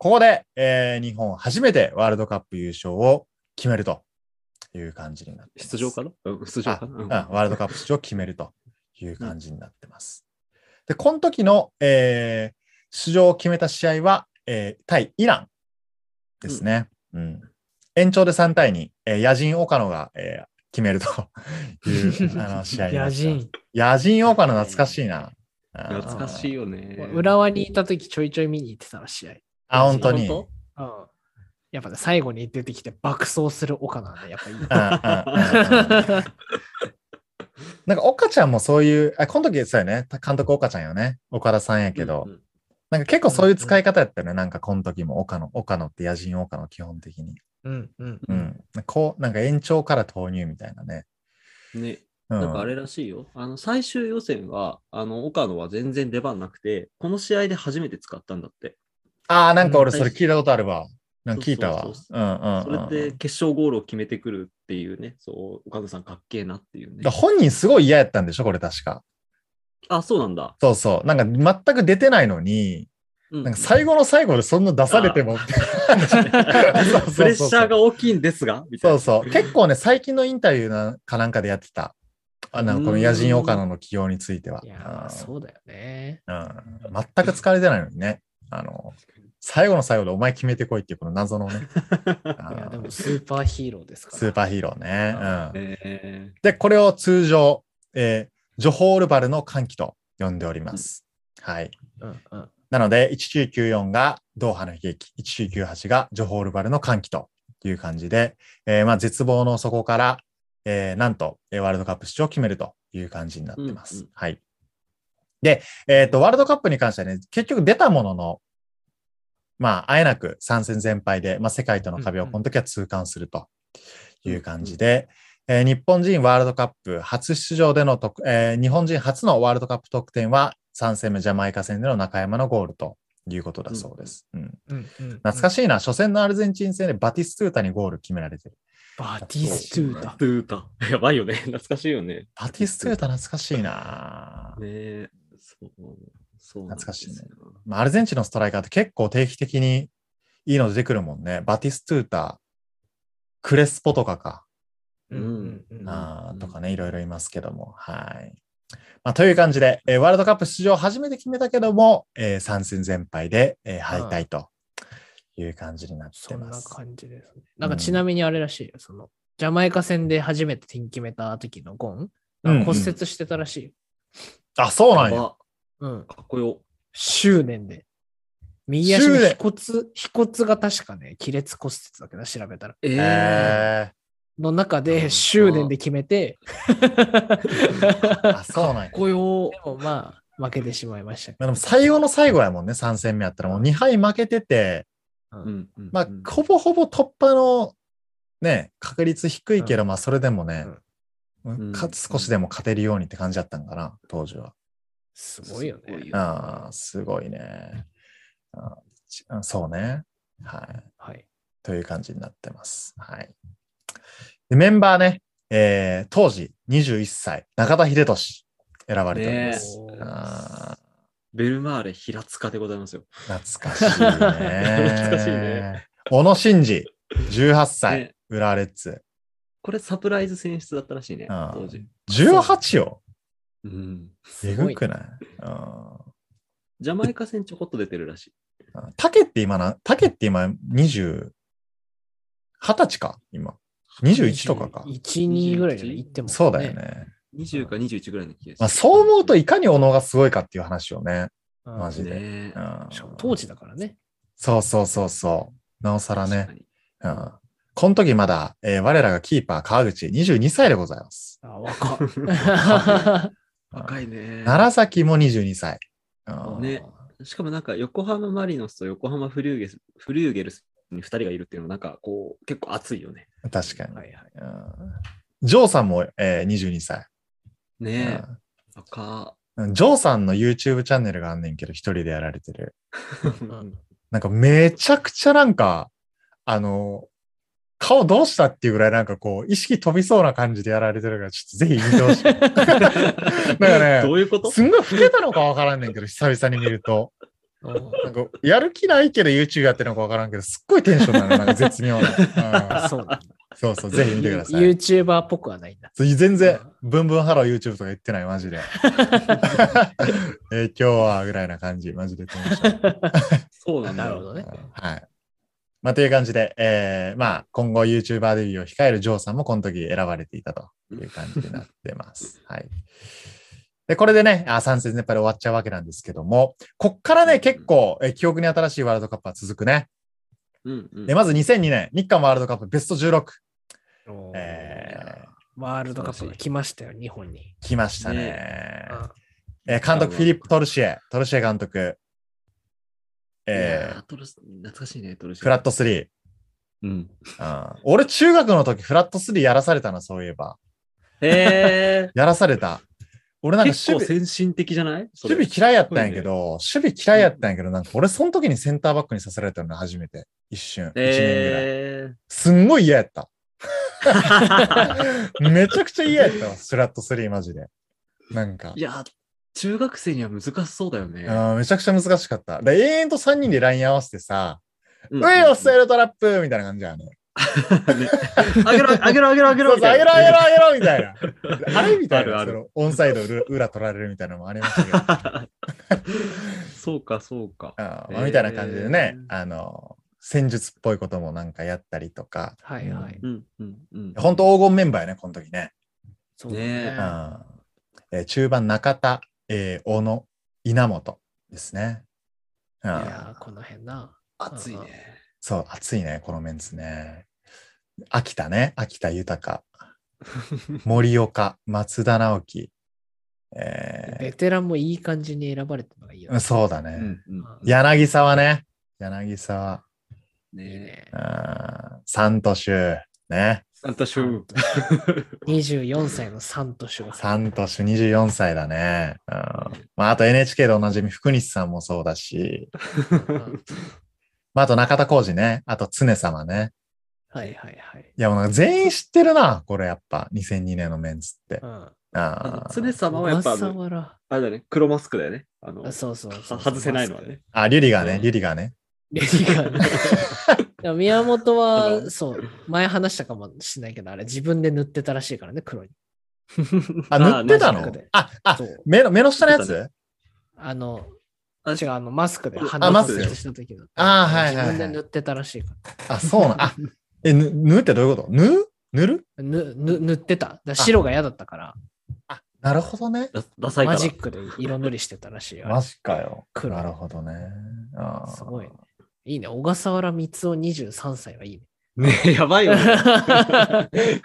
Speaker 2: ここで、えー日本初めてワールドカップ優勝を決めるという感じになってます
Speaker 4: 出場かなうん出場
Speaker 2: あ
Speaker 4: かなう
Speaker 2: う
Speaker 4: ん
Speaker 2: んワールドカップ出場を決めるという感じになってます。で、この時の、えー出場を決めた試合は、えー対イランですね。うん延長で3対2、えー野人岡野が、えー決めると いうあの試合にな
Speaker 3: 野
Speaker 2: ってます
Speaker 3: 人。
Speaker 2: 野人岡野懐かしいな。
Speaker 4: 懐かし
Speaker 2: い。
Speaker 4: いよね。
Speaker 3: 浦和にいた時ちょいちょい見に行ってたの、試合。
Speaker 2: あ、本当に。
Speaker 4: 本
Speaker 3: うん。やっぱね、最後に出てきて爆走する岡なんで、やっぱいいよ。
Speaker 2: うんうんうんうんなんか岡ちゃんもそういう、あこの時そうよね、監督岡ちゃんよね、岡田さんやけど、
Speaker 4: うんうん
Speaker 2: なんか結構そういう使い方やったよね。なんかこの時も岡野、岡野って野人岡野基本的に。
Speaker 3: うんうん。
Speaker 2: う
Speaker 4: うん
Speaker 2: ん。こう、なんか延長から投入みたいなね。
Speaker 4: ね、
Speaker 2: うん。
Speaker 4: なんかあれらしいよ。あの最終予選は、あの岡野は全然出番なくて、この試合で初めて使ったんだって。
Speaker 2: あーなんか俺それ聞いたことあるわ。なんか聞いたわ。
Speaker 4: そううんそう
Speaker 2: うん
Speaker 4: そ
Speaker 2: うん。
Speaker 4: れで決勝ゴールを決めてくるっていうね、そう、岡野さんかっけえなっていうね
Speaker 2: だから。本人すごい嫌やったんでしょこれ確か。
Speaker 4: あ、そうなんだ。
Speaker 2: そうそう。なんか全く出てないのに、
Speaker 4: な
Speaker 2: なんか 最後の最後でそんな出されてもって そうそうそうそう
Speaker 4: プレッシャーが大きいんですが、みたい
Speaker 2: そう
Speaker 4: な。
Speaker 2: そう。結構ね、最近のインタビューなかなんかでやってた。あなんかこの野人岡野の起用については。
Speaker 3: いやー、
Speaker 2: うん
Speaker 3: そうだよね。
Speaker 2: うん全く疲れてないのにね。あの、最後の最後でお前決めてこいっていうこの謎のね。あ
Speaker 3: いや、
Speaker 2: の
Speaker 3: でもスーパーヒーローですから。
Speaker 2: スーパーヒーローね。うん
Speaker 4: ね え
Speaker 2: で、これを通常、えージョホールバルの歓喜と呼んでおります。はい。
Speaker 3: うんうん。
Speaker 2: なので、1994がドーハの悲劇、1998がジョホールバルの歓喜という感じで、えーまあ、絶望の底から、えーなんと、えーワールドカップ出場を決めるという感じになってます。
Speaker 4: うんうん
Speaker 2: はい。で、えっ、と、ワールドカップに関してはね、結局出たものの、まあ、あえなく参戦全敗で、まあ、世界との壁を
Speaker 3: うんうん
Speaker 2: この時は痛感するという感じで、えー日本人ワールドカップ初出場での得、えー日本人初のワールドカップ得点は3戦目ジャマイカ戦での中山のゴールということだそうです。うん
Speaker 3: 懐
Speaker 2: 懐か
Speaker 3: い。
Speaker 2: しいな、初戦のアルゼンチン戦でバティストゥータにゴール決められてる。
Speaker 3: バティストゥータ。
Speaker 4: トゥータ。 やばいよね。懐かしいよね。
Speaker 2: バティストゥータ懐かしいな
Speaker 4: ね。え。そう。そうなんですよ
Speaker 2: 懐かしいね。まあ、アルゼンチンのストライカーって結構定期的にいいの出てくるもんね。バティストゥータ、クレスポとかか、
Speaker 4: うん
Speaker 3: うん
Speaker 2: あ
Speaker 4: う
Speaker 2: ー
Speaker 4: ん
Speaker 2: とかね、いろいろいますけども。はい。まあ、という感じで、えーワールドカップ出場を初めて決めたけども、えー、3戦全敗で、えー敗退という感じになって
Speaker 3: そん
Speaker 2: ま
Speaker 3: な
Speaker 2: す。
Speaker 3: 感じですね。なんかちなみにあれらしいよ、その、ジャマイカ戦で初めて点決めた時のゴン、なんか骨折してたらしいよ。
Speaker 2: あ、そうなん
Speaker 4: や
Speaker 2: や。
Speaker 4: ば
Speaker 3: うん。
Speaker 4: かっこよ。
Speaker 3: 執念で。右足の
Speaker 2: 執念
Speaker 3: 腓骨、腓骨が確かね、亀裂骨折だけど調べたら。
Speaker 4: ええ。
Speaker 2: え
Speaker 3: の中
Speaker 4: う
Speaker 3: で
Speaker 4: ん
Speaker 3: 執念で決めて、
Speaker 2: ー、あ、そうなんや
Speaker 4: かっ。こよ
Speaker 3: で。もまあ、負けてしまいましたけ
Speaker 2: まあ、でも最後の最後やもんね、3戦目やったら。もう2敗負けてて、
Speaker 3: ど。
Speaker 4: う
Speaker 3: うん
Speaker 4: んうん
Speaker 2: まあ
Speaker 4: うん、
Speaker 2: ほぼほぼ突破の、ね、確率低いけど、まあ、それでもね、
Speaker 4: ん
Speaker 2: か少しでも勝てるようにって感じだったんかな、当時は。
Speaker 3: すごいよね。
Speaker 2: ああ、すごいね。あーちあそうね。はい。
Speaker 3: はい。
Speaker 2: という感じになってます。はい。でメンバーね、えー当時21歳、中田秀俊、選ばれております。
Speaker 3: ねえ
Speaker 2: あー
Speaker 4: ベルマーレ平塚でございますよ。
Speaker 2: 懐かしいね。
Speaker 4: 懐かしいね。
Speaker 2: 小野伸二、18歳、
Speaker 4: ね
Speaker 2: 浦和レッズ。
Speaker 4: これサプライズ選出だったらしいね、
Speaker 2: あー
Speaker 4: 当時。
Speaker 2: 18よ。
Speaker 4: うん。
Speaker 2: え
Speaker 3: すご
Speaker 2: ぐ
Speaker 3: い
Speaker 2: くないうん
Speaker 4: ジャマイカ戦ちょこっと出てるらしい。
Speaker 2: 竹って今な、竹って今20、20歳か今。21とかか。
Speaker 3: 1、2ぐらいじゃない行っても、
Speaker 2: そうだよ。ね。
Speaker 4: 20か21ぐらいの気がし
Speaker 2: まあ、そう思うといかに小野がすごいかっていう話をね。
Speaker 3: うん
Speaker 2: マジで
Speaker 4: ね
Speaker 2: う
Speaker 4: え
Speaker 2: ん
Speaker 3: しかも当時だからね。
Speaker 2: そうそうそうそう。なおさら
Speaker 4: 確か
Speaker 2: ね。
Speaker 4: に
Speaker 2: うん。この時まだ、えー我らがキーパー川口22歳でございます。
Speaker 3: あ、 若っ
Speaker 4: 若いね。
Speaker 2: 楢崎も22歳。うん
Speaker 4: ねしかもなんか横浜マリノスと横浜フリューゲスフリューゲルスに2人がいるっていうのはなんかこう結構熱いよね。
Speaker 2: 確かに。
Speaker 3: はいはい。
Speaker 2: うんジョーさんも、えー、22歳。
Speaker 4: ねえ。赤。
Speaker 2: うんジョーさんの YouTube チャンネルがあんねんけど、一人でやられてる。
Speaker 3: ん
Speaker 2: なんかめちゃくちゃなんか、あの、顔どうしたっていうぐらいなんかこう、意識飛びそうな感じでやられてるから、ちょっとぜひ見てほしい。だか ら
Speaker 4: ど
Speaker 2: ね、
Speaker 4: ういう こと
Speaker 2: すんごい老けたのかわからんねんけど、久々に見ると。なんか、やる気ないけど YouTube やってるのかわからんけど、すっごいテンションなの、なんか絶妙な。うん
Speaker 3: そうなんだ。
Speaker 2: そうそう、ぜひ見てください。
Speaker 3: YouTuber っぽくはないんだ。
Speaker 2: そう全然、ブンブンハロー YouTube とか言ってない、マ ジで。 えー今日はぐらいな感じ、マジでテンション。
Speaker 4: そうなんだ
Speaker 3: なる
Speaker 4: よ
Speaker 3: ほどね。
Speaker 2: はい。まあ、という感じで、えーまあ、今後 YouTuber デビューを控えるジョーさんもこの時選ばれていたという感じになってます。 はい。で、これでね、あ3戦全敗で終わっちゃうわけなんですけども、こっからね、結構、えー記憶に新しいワールドカップは続くね。
Speaker 4: うんうん
Speaker 2: で、まず2002年、日韓ワールドカップベスト16、
Speaker 3: おー
Speaker 2: え
Speaker 3: ワールドカップが来ましたよ、日本に。
Speaker 2: ー来ましたね。
Speaker 3: うん
Speaker 2: えー監督、フィリップ・トルシエ、トルシエ監督、
Speaker 4: い
Speaker 2: え
Speaker 4: やートルス懐かしいね、トル
Speaker 2: ーフラット3。
Speaker 4: うん。
Speaker 2: うん、俺、中学の時、フラット3やらされたな、そういえば。
Speaker 4: へえ
Speaker 2: やらされた。俺 なんか
Speaker 4: 結構
Speaker 2: 守備、
Speaker 4: 先進的じゃないそれ
Speaker 2: 守備嫌いやったんやけど、守備嫌いやったんやけど、なんか俺その時にセンターバックにさせられたの初めて。一瞬。一年ぐらい。
Speaker 4: え
Speaker 2: すんごい嫌やった。
Speaker 4: ー
Speaker 2: めちゃくちゃ嫌やったわ、スラット3マジで。なん か
Speaker 4: い。や、中学生には難しそうだよね。
Speaker 2: あーめちゃくちゃ難しかった。で、永遠と3人でライン合わせてさ、
Speaker 4: う
Speaker 2: うんえ、オフサイドトラップみたいな感じやね。
Speaker 4: ねあげろ、あげろ、あげろ、あげ
Speaker 2: そう
Speaker 4: ろ
Speaker 2: そう、あげろあげ ろあげろみたいな。あれみたいな。
Speaker 4: あるある
Speaker 2: そのオンサイド裏裏取られるみたいなのもありましたけど。
Speaker 4: そうか、そうか。
Speaker 2: あー
Speaker 4: へ
Speaker 2: まあ、
Speaker 4: ー
Speaker 2: みたいな感じでね、あの、戦術っぽいこともなんかやったりとか、
Speaker 3: はいはい。
Speaker 4: うん、うん、うん。
Speaker 2: 本当黄金メンバーやね、この時ね。
Speaker 3: そうだ
Speaker 4: ね
Speaker 3: ね。
Speaker 2: あーえー中盤、中田、えー小野、稲本ですね。あ
Speaker 3: い
Speaker 2: ー
Speaker 3: やー、この辺な。
Speaker 4: 熱いね。
Speaker 2: そう、熱いね、このメンツね。秋 田ね、秋田豊、森岡、松田直樹、え
Speaker 3: ベテランもいい感じに選ばれたのがいいよ
Speaker 2: ー、
Speaker 3: ね。
Speaker 2: そうだね。
Speaker 4: うんうん
Speaker 3: あ
Speaker 2: 柳沢ね。柳沢。
Speaker 3: いい
Speaker 4: ねえ。
Speaker 3: ね
Speaker 2: う。んサントシュ。ね。
Speaker 4: サンタショ
Speaker 3: 24歳のサントシュが。
Speaker 2: サントシュ24歳だね。うんまあ、あと NHK でおなじみ福西さんもそうだし、
Speaker 4: ー。
Speaker 2: まあ、あと中田浩二ね。あと常様ね。
Speaker 3: はいはいはい。
Speaker 2: いや、もうなんか全員知ってるな。これやっぱ2002年のメンツって
Speaker 3: う。ん。
Speaker 2: あー
Speaker 4: 常様はやっぱあ
Speaker 3: 小笠
Speaker 4: の、
Speaker 3: 原
Speaker 4: あれだね、黒マスクだよね。あの、
Speaker 3: あそうそうそう。
Speaker 4: は外せないのはね。
Speaker 2: あ、リュリガー
Speaker 4: う
Speaker 2: ね。
Speaker 4: ん
Speaker 2: リュリガーね。
Speaker 3: レディーが宮本
Speaker 4: あ
Speaker 3: は、
Speaker 4: の
Speaker 3: そう、前話したかもしれないけど、あれ自分で塗ってたらしいからね、黒に。
Speaker 2: あ、塗ってた
Speaker 3: あーマ
Speaker 2: の
Speaker 3: ジックで
Speaker 2: あ、あ
Speaker 3: そ、う。
Speaker 2: 目の、目の下のや
Speaker 4: 塗って
Speaker 2: つ
Speaker 3: あの、
Speaker 4: あ
Speaker 3: 違う、あの、マスクで
Speaker 4: あ
Speaker 3: 鼻
Speaker 2: マ
Speaker 3: マ
Speaker 2: スク
Speaker 3: ス
Speaker 2: で
Speaker 3: クした時の。
Speaker 2: あーはいはいはい
Speaker 3: 自分で塗ってたらしいか
Speaker 2: あ、そうなん。あ、え、ぬ塗ってどういうこと塗る塗る
Speaker 3: ら。ぬぬ塗ってた。だから白が嫌だったから、
Speaker 2: なるほどね。
Speaker 4: ダダサいか
Speaker 3: マ
Speaker 4: ら
Speaker 3: ジ。ックで色塗りしてたらしいよ。あれ
Speaker 2: マジかよ。
Speaker 3: 黒い
Speaker 2: なるほどね。あー
Speaker 3: すごいね。いいね。小笠原光雄23歳はいいね。
Speaker 4: ねやばいよね。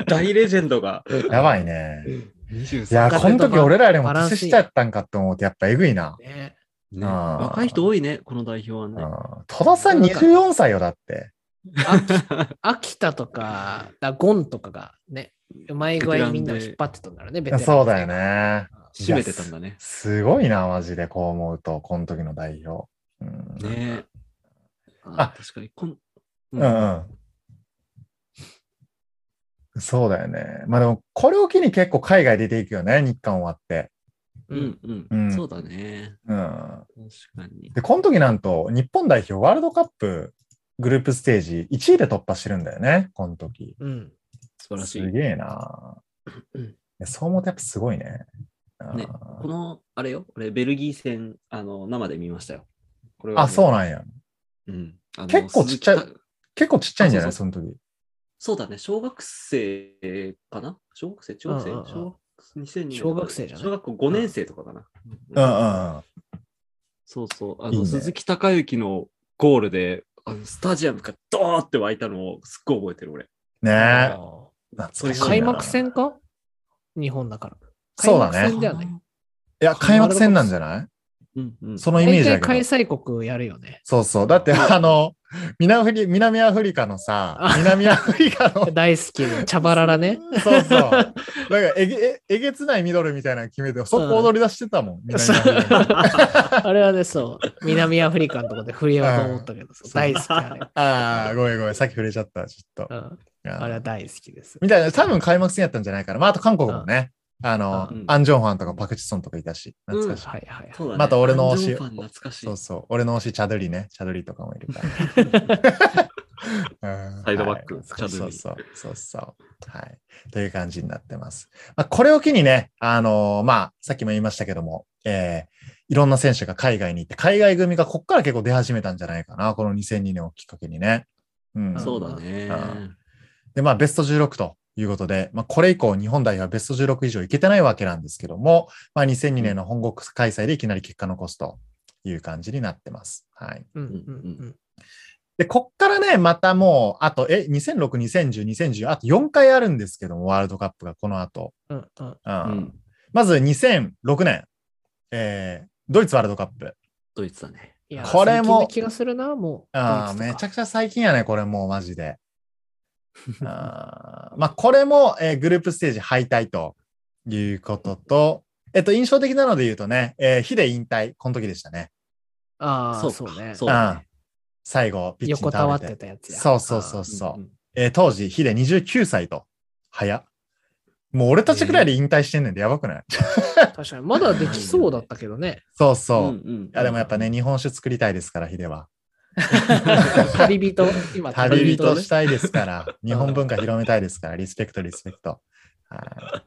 Speaker 4: 大レジェンドが。
Speaker 2: やばいね。い
Speaker 4: 23
Speaker 2: や、この時俺らよりも
Speaker 3: バランスい
Speaker 2: 年
Speaker 3: い
Speaker 2: しちゃったんかって思うとやっぱえぐいな。
Speaker 3: ね
Speaker 4: ね、
Speaker 2: あー
Speaker 4: 若い人多いね、この代表はね。
Speaker 2: うん戸田さん24歳よ、だって。
Speaker 3: 秋田とか、だゴンとかがね、うまい具合にみんなを引っ張ってたんだろうね、ベテラン
Speaker 2: そうだよ。ね。
Speaker 4: 締めてたんだね。
Speaker 2: すごいな、マジで、こう思うと、この時の代表。うん
Speaker 4: ねあ
Speaker 2: あ
Speaker 4: 確かにこん、
Speaker 2: うんうんそうだよね。まあでも、これを機に結構海外出ていくよね、日韓終わって。
Speaker 4: う
Speaker 3: うんん、
Speaker 4: うん、
Speaker 2: うん
Speaker 4: そうだね。
Speaker 2: うん。
Speaker 4: 確かに。
Speaker 2: で、この時なんと、日本代表ワールドカップグループステージ1位で突破してるんだよね、この時。
Speaker 3: うん。
Speaker 4: 素晴らしい。
Speaker 2: すげえな。
Speaker 4: うん
Speaker 2: いやそう思うとやっぱすごいね。あー
Speaker 4: ねこの、あれよ、俺、ベルギー戦、あの、生で見ましたよ。これは
Speaker 2: あ、そう
Speaker 4: う。
Speaker 2: なんや。
Speaker 4: うん、あの
Speaker 2: 結構ちっちゃい
Speaker 4: 鈴木た
Speaker 2: 結構ちっちゃいんじゃない
Speaker 4: あ
Speaker 2: そ
Speaker 4: そ
Speaker 2: の時。
Speaker 4: そうだね、小学生かな小学生、中学生
Speaker 3: うんうんうん
Speaker 4: 小学2002年
Speaker 3: 小学生じゃない
Speaker 4: 小学校5年生とかかな。
Speaker 2: う
Speaker 4: うん
Speaker 2: うんうん。
Speaker 4: そうそう。あ
Speaker 2: いい
Speaker 4: の、
Speaker 2: ね
Speaker 4: 鈴木孝之のゴールで、あのスタジアムがドーって湧いたのをすっごい覚えてる、俺。
Speaker 2: ねえ。
Speaker 3: あ
Speaker 2: 懐かしい
Speaker 3: ー
Speaker 2: な
Speaker 3: 開幕戦か日本だから。
Speaker 2: そうだ
Speaker 3: 開
Speaker 2: ね
Speaker 3: 幕。戦ではない。
Speaker 2: いや、開幕戦なんじゃない
Speaker 4: うんうん。
Speaker 2: そのイメージ
Speaker 3: 大
Speaker 2: だ
Speaker 3: 体
Speaker 2: けど。
Speaker 3: 開催国やるよね。
Speaker 2: そうそう。だ って、あの、南アフリ南アフリカのさ
Speaker 3: あ、
Speaker 2: 南アフリカの。
Speaker 3: 大好きな、茶バララね。
Speaker 2: そう そう。なんかえげええげつないミドルみたいなの決めて、そこ踊り出してたもん。 南アフリカの
Speaker 3: あれはね、そう。南アフリカのとこで振りようと思ったけど、そう大好きあれ。
Speaker 2: ああ、ごめんごめん。さっき触れちゃった、ちょっ
Speaker 3: う
Speaker 2: と。
Speaker 3: ん、
Speaker 2: あ
Speaker 3: あれは大好きです。
Speaker 2: みたいな、多分開幕戦やったんじゃないかな。まあ、あと韓国もね。あの、
Speaker 4: うん
Speaker 2: アン・ジョンファンとかパク・チソンとかいたし、懐かしい。
Speaker 3: はいはい
Speaker 4: そうだ
Speaker 3: は
Speaker 4: ね
Speaker 2: また俺の
Speaker 4: ア
Speaker 2: 推
Speaker 4: ンジ
Speaker 2: し
Speaker 4: ョンファン懐かしい
Speaker 2: そう。そう。俺の推し、チャドリね。チャドリとかもいる から。うん
Speaker 4: サイドバック
Speaker 2: はい
Speaker 4: チャドリ
Speaker 2: そうそう。そうそう。はい。という感じになってます。まあ、これを機にね、あのーまあ、さっきも言いましたけども、えーいろんな選手が海外に行って、海外組がこっから結構出始めたんじゃないかな。この2002年をきっかけにね。うん。
Speaker 4: そうだね。
Speaker 2: うんで、まあ、ベスト16ということで、まあ、これ以降、日本代表はベスト16以上いけてないわけなんですけども、まあ、2002年の本国開催でいきなり結果残すという感じになってます。はい。
Speaker 3: い。うんうん
Speaker 2: で、こっからね、またもう、あと、え、2006、2010、2010、あと4回あるんですけども、ワールドカップがこの後。
Speaker 3: うんうんうん
Speaker 4: う
Speaker 2: う
Speaker 4: んん。
Speaker 2: まず2006年、えードイツワールドカップ。
Speaker 4: ドイツだね。
Speaker 3: いや
Speaker 2: これも
Speaker 3: 最近の気がするな、もう。
Speaker 2: ああ、めちゃ
Speaker 3: くち
Speaker 2: くちゃ最近やね、これもうマジで。 あーまあ、これも、えーグループステージ敗退ということと、えっと、印象的なので言うとね、えーヒデ引退、この時でしたね。
Speaker 3: ゃ。ああ、
Speaker 4: そ
Speaker 3: そうう
Speaker 4: か
Speaker 3: ね。
Speaker 4: そうだね
Speaker 2: 最後、ピッチに
Speaker 3: 横たわってたやつや。
Speaker 2: そうそうそうそう。
Speaker 4: んん
Speaker 2: えー当時、ヒデ29歳と、早っ。もう俺たちくらいで引退してんねんで、やばくない
Speaker 3: あー確かに。まだできそうだったけどね。
Speaker 2: そうそう。
Speaker 4: ん
Speaker 2: い
Speaker 4: ん
Speaker 2: や、でもやっぱね、日本酒作りたいですから、ヒデは。
Speaker 3: 旅人、今
Speaker 2: 旅人
Speaker 3: ね
Speaker 2: したいですから、日本文化広めたいですから、リスペクト、リスペクト。はい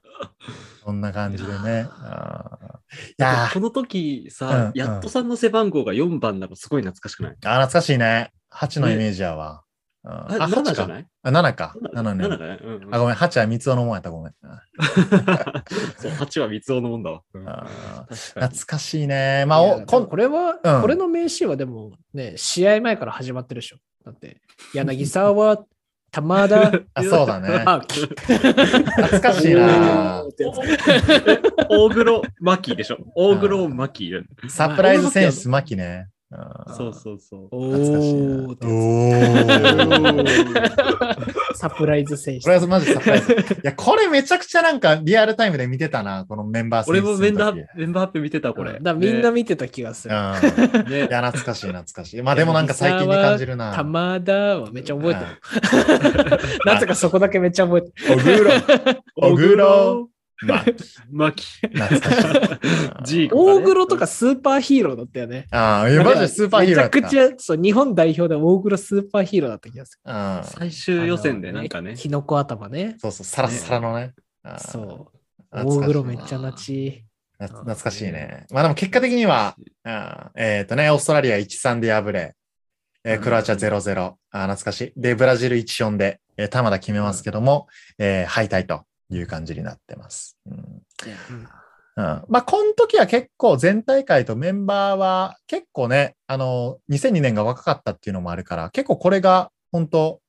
Speaker 2: そんな感じでね。あーいやー
Speaker 4: この時さ、
Speaker 2: うん
Speaker 4: やっとさんの背番号が4番なのすごい懐かしくない
Speaker 2: あー、懐かしいね。8のイメージやわ。うん
Speaker 4: あ、7
Speaker 2: あ、8
Speaker 4: じゃ
Speaker 2: か。
Speaker 4: ない
Speaker 2: あ7か。7
Speaker 4: ?7
Speaker 2: ね。
Speaker 4: だね。うんうん
Speaker 2: あ、ごめん、8は三つのもんやった、ごめん。あ
Speaker 4: そう、8は三つのもんだわ。うん
Speaker 2: ー
Speaker 4: 確かに。
Speaker 2: 懐かしいね。まあ、
Speaker 3: い
Speaker 2: お
Speaker 3: や
Speaker 2: こ
Speaker 3: こ
Speaker 2: ん
Speaker 3: これは、
Speaker 2: うん
Speaker 3: これの名シーンはでもね、試合前から始まってるでしょ。だって、柳沢は 玉田
Speaker 2: あ、そうだね。
Speaker 3: マーキ
Speaker 2: 懐かしいな
Speaker 3: おーってやつ
Speaker 4: 大黒マキでしょ。大黒マキだよね
Speaker 2: サプライズ選出マキね。うん
Speaker 4: そうそうそう。
Speaker 3: お
Speaker 2: 懐かしいな
Speaker 3: ーっ
Speaker 2: お
Speaker 3: てや
Speaker 2: ー
Speaker 3: つ サプライズ選
Speaker 2: これ
Speaker 3: 手。
Speaker 2: はマジサプライズ。いや、これめちゃくちゃなんかリアルタイムで見てたな、このメンバー選
Speaker 4: 俺
Speaker 2: 出の
Speaker 4: も
Speaker 2: 時
Speaker 4: メンバー、メンバーアップ見てた、これ。
Speaker 3: だからみんな
Speaker 4: ね
Speaker 3: 見てた気がする。
Speaker 2: うん。
Speaker 4: ね
Speaker 2: いや、懐かしい、懐かしい。まあでもなんか最近に感じるな。
Speaker 3: 玉田はめっちゃ覚えてる。
Speaker 2: うん
Speaker 3: なぜかそこだけめっちゃ覚えて る。
Speaker 2: おぐろ。 おぐろ。まあ、
Speaker 4: マキ。
Speaker 2: 懐かしい。
Speaker 4: ジーコがね
Speaker 3: 大黒とかスーパーヒーローだったよね。
Speaker 2: ああ、いやマジでスーパーヒーローだった。
Speaker 3: めちゃくちゃ、そう、日本代表で大黒スーパーヒーローだった気がする。
Speaker 2: うん。
Speaker 4: 最終予選でなんかね。
Speaker 3: キノコ頭ね。
Speaker 2: そうそう、サラッサラのね。あー
Speaker 3: そう。
Speaker 2: 懐
Speaker 3: 大
Speaker 2: かしい
Speaker 3: 黒めっちゃなち。
Speaker 2: な懐かしいね。まあでも結果的には、うんえっ、とね、オーストラリア1-3で敗れ、えークロアチア0-0、あー懐かしい。で、ブラジル1-4で、えー、玉田決めますけども、えー敗退という感じになってます。うん
Speaker 3: うん
Speaker 2: うんまあ、この時は結構全大会とメンバーは結構ね、あの、2002年が若かったっていうのもあるから、結構これが本当、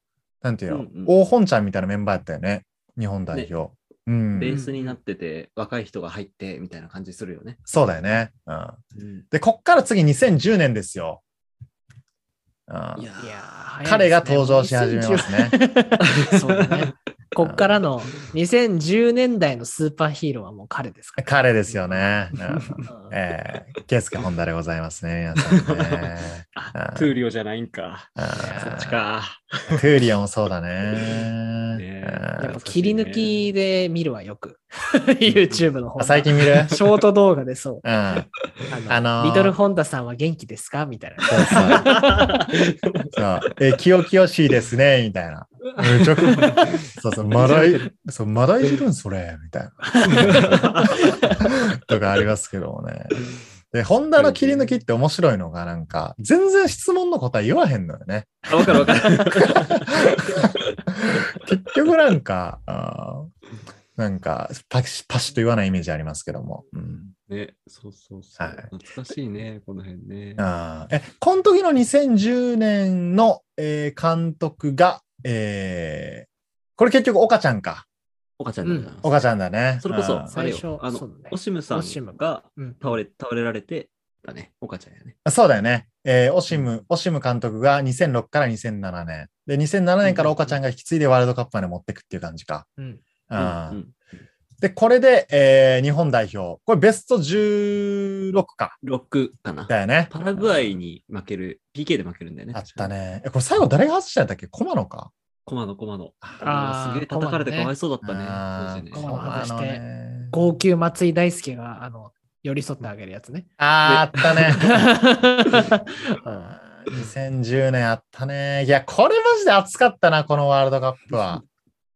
Speaker 2: なんていうの、
Speaker 4: うんうん
Speaker 2: 大本ちゃんみたいなメンバーだったよね、日本代表。うん
Speaker 4: ベ、ースになってて、若い人が入ってみたいな感じするよね。
Speaker 2: そうだよね。うん
Speaker 4: うん
Speaker 2: で、こっから次2010年ですよ。うん
Speaker 4: いや
Speaker 3: いやー
Speaker 2: 彼が登場し始めますね。
Speaker 3: そうだね。こっからの2010年代のスーパーヒーローはもう彼ですから。
Speaker 2: 彼ですよ ね。うん
Speaker 3: うん
Speaker 2: えー、ケースケ本田でございますね、皆さん ね。
Speaker 4: あ、トゥーリオじゃないんか。
Speaker 2: うん
Speaker 4: そっちか。
Speaker 2: クーリオもそうだね。
Speaker 4: ね
Speaker 3: やっ
Speaker 2: う
Speaker 3: ぱ切り抜きで見るわ、よ く。YouTube の方
Speaker 2: んあ最近見る
Speaker 3: ショート動画で そう。
Speaker 2: うん。あ
Speaker 3: あの、
Speaker 2: のー
Speaker 3: リトルホンダさんは元気ですかみたいな。
Speaker 2: そうそうそう。えー、清々しいですね、みたいな。めちゃくちゃ。そうそう、まだい、そう、まだいじるん、それ、みたいな。 とかありますけどもね。で、ホンダの切り抜きって面白いのが、なんか、全然質問の答え言わへんのよね。
Speaker 4: あわかるわかる。
Speaker 2: 結局なんか、あーなんか、パシパシッと言わないイメージありますけども。うん
Speaker 4: ね、そうそうそう。
Speaker 2: はい
Speaker 4: 懐かしいね、この辺ね。
Speaker 2: あーえ、この時の2010年の、えー監督が、えーこれ結局、岡ちゃんか。
Speaker 4: 岡ちゃんでございます
Speaker 2: 岡ちゃんだね。
Speaker 4: それこ
Speaker 2: う
Speaker 4: そ
Speaker 2: ん、
Speaker 4: あれ
Speaker 3: 最
Speaker 4: よ
Speaker 3: 初
Speaker 4: あ
Speaker 3: そう
Speaker 4: の
Speaker 3: だね、
Speaker 4: オシムさ
Speaker 3: オシム
Speaker 4: んが
Speaker 3: うん
Speaker 4: 倒れ、倒れられて、だね、岡ちゃんやね。
Speaker 2: そうだよね。えーオシム、オシム監督が2006から2007年。で、2007年から岡ちゃんが引き継いでワールドカップまで持ってくっていう感じか。
Speaker 3: うん
Speaker 2: あー
Speaker 4: うんうん
Speaker 2: で、これで、えー日本代表。これベスト16か。
Speaker 4: ロックかな。
Speaker 2: だよね。
Speaker 4: パラグアイに負ける、PK で負けるんだよね。
Speaker 2: あった。ね。え、これ最後誰が外したんだっけコマノか。
Speaker 4: コマのコマの。
Speaker 3: あー
Speaker 4: あのすげえ叩かれて
Speaker 3: コ
Speaker 4: か
Speaker 3: マのね
Speaker 4: わいそうだったね
Speaker 2: あー
Speaker 4: 当時
Speaker 2: コ
Speaker 3: コ
Speaker 4: ね。
Speaker 3: マ
Speaker 2: マ
Speaker 3: ノ
Speaker 2: ノ
Speaker 3: 外して
Speaker 2: ね
Speaker 3: 号泣松井大輔が、あの、寄り添ってあげるやつ ね。
Speaker 2: あーあったね。
Speaker 3: うん
Speaker 2: 2010年あったね。いや、これマジで熱かったな、このワールドカップは。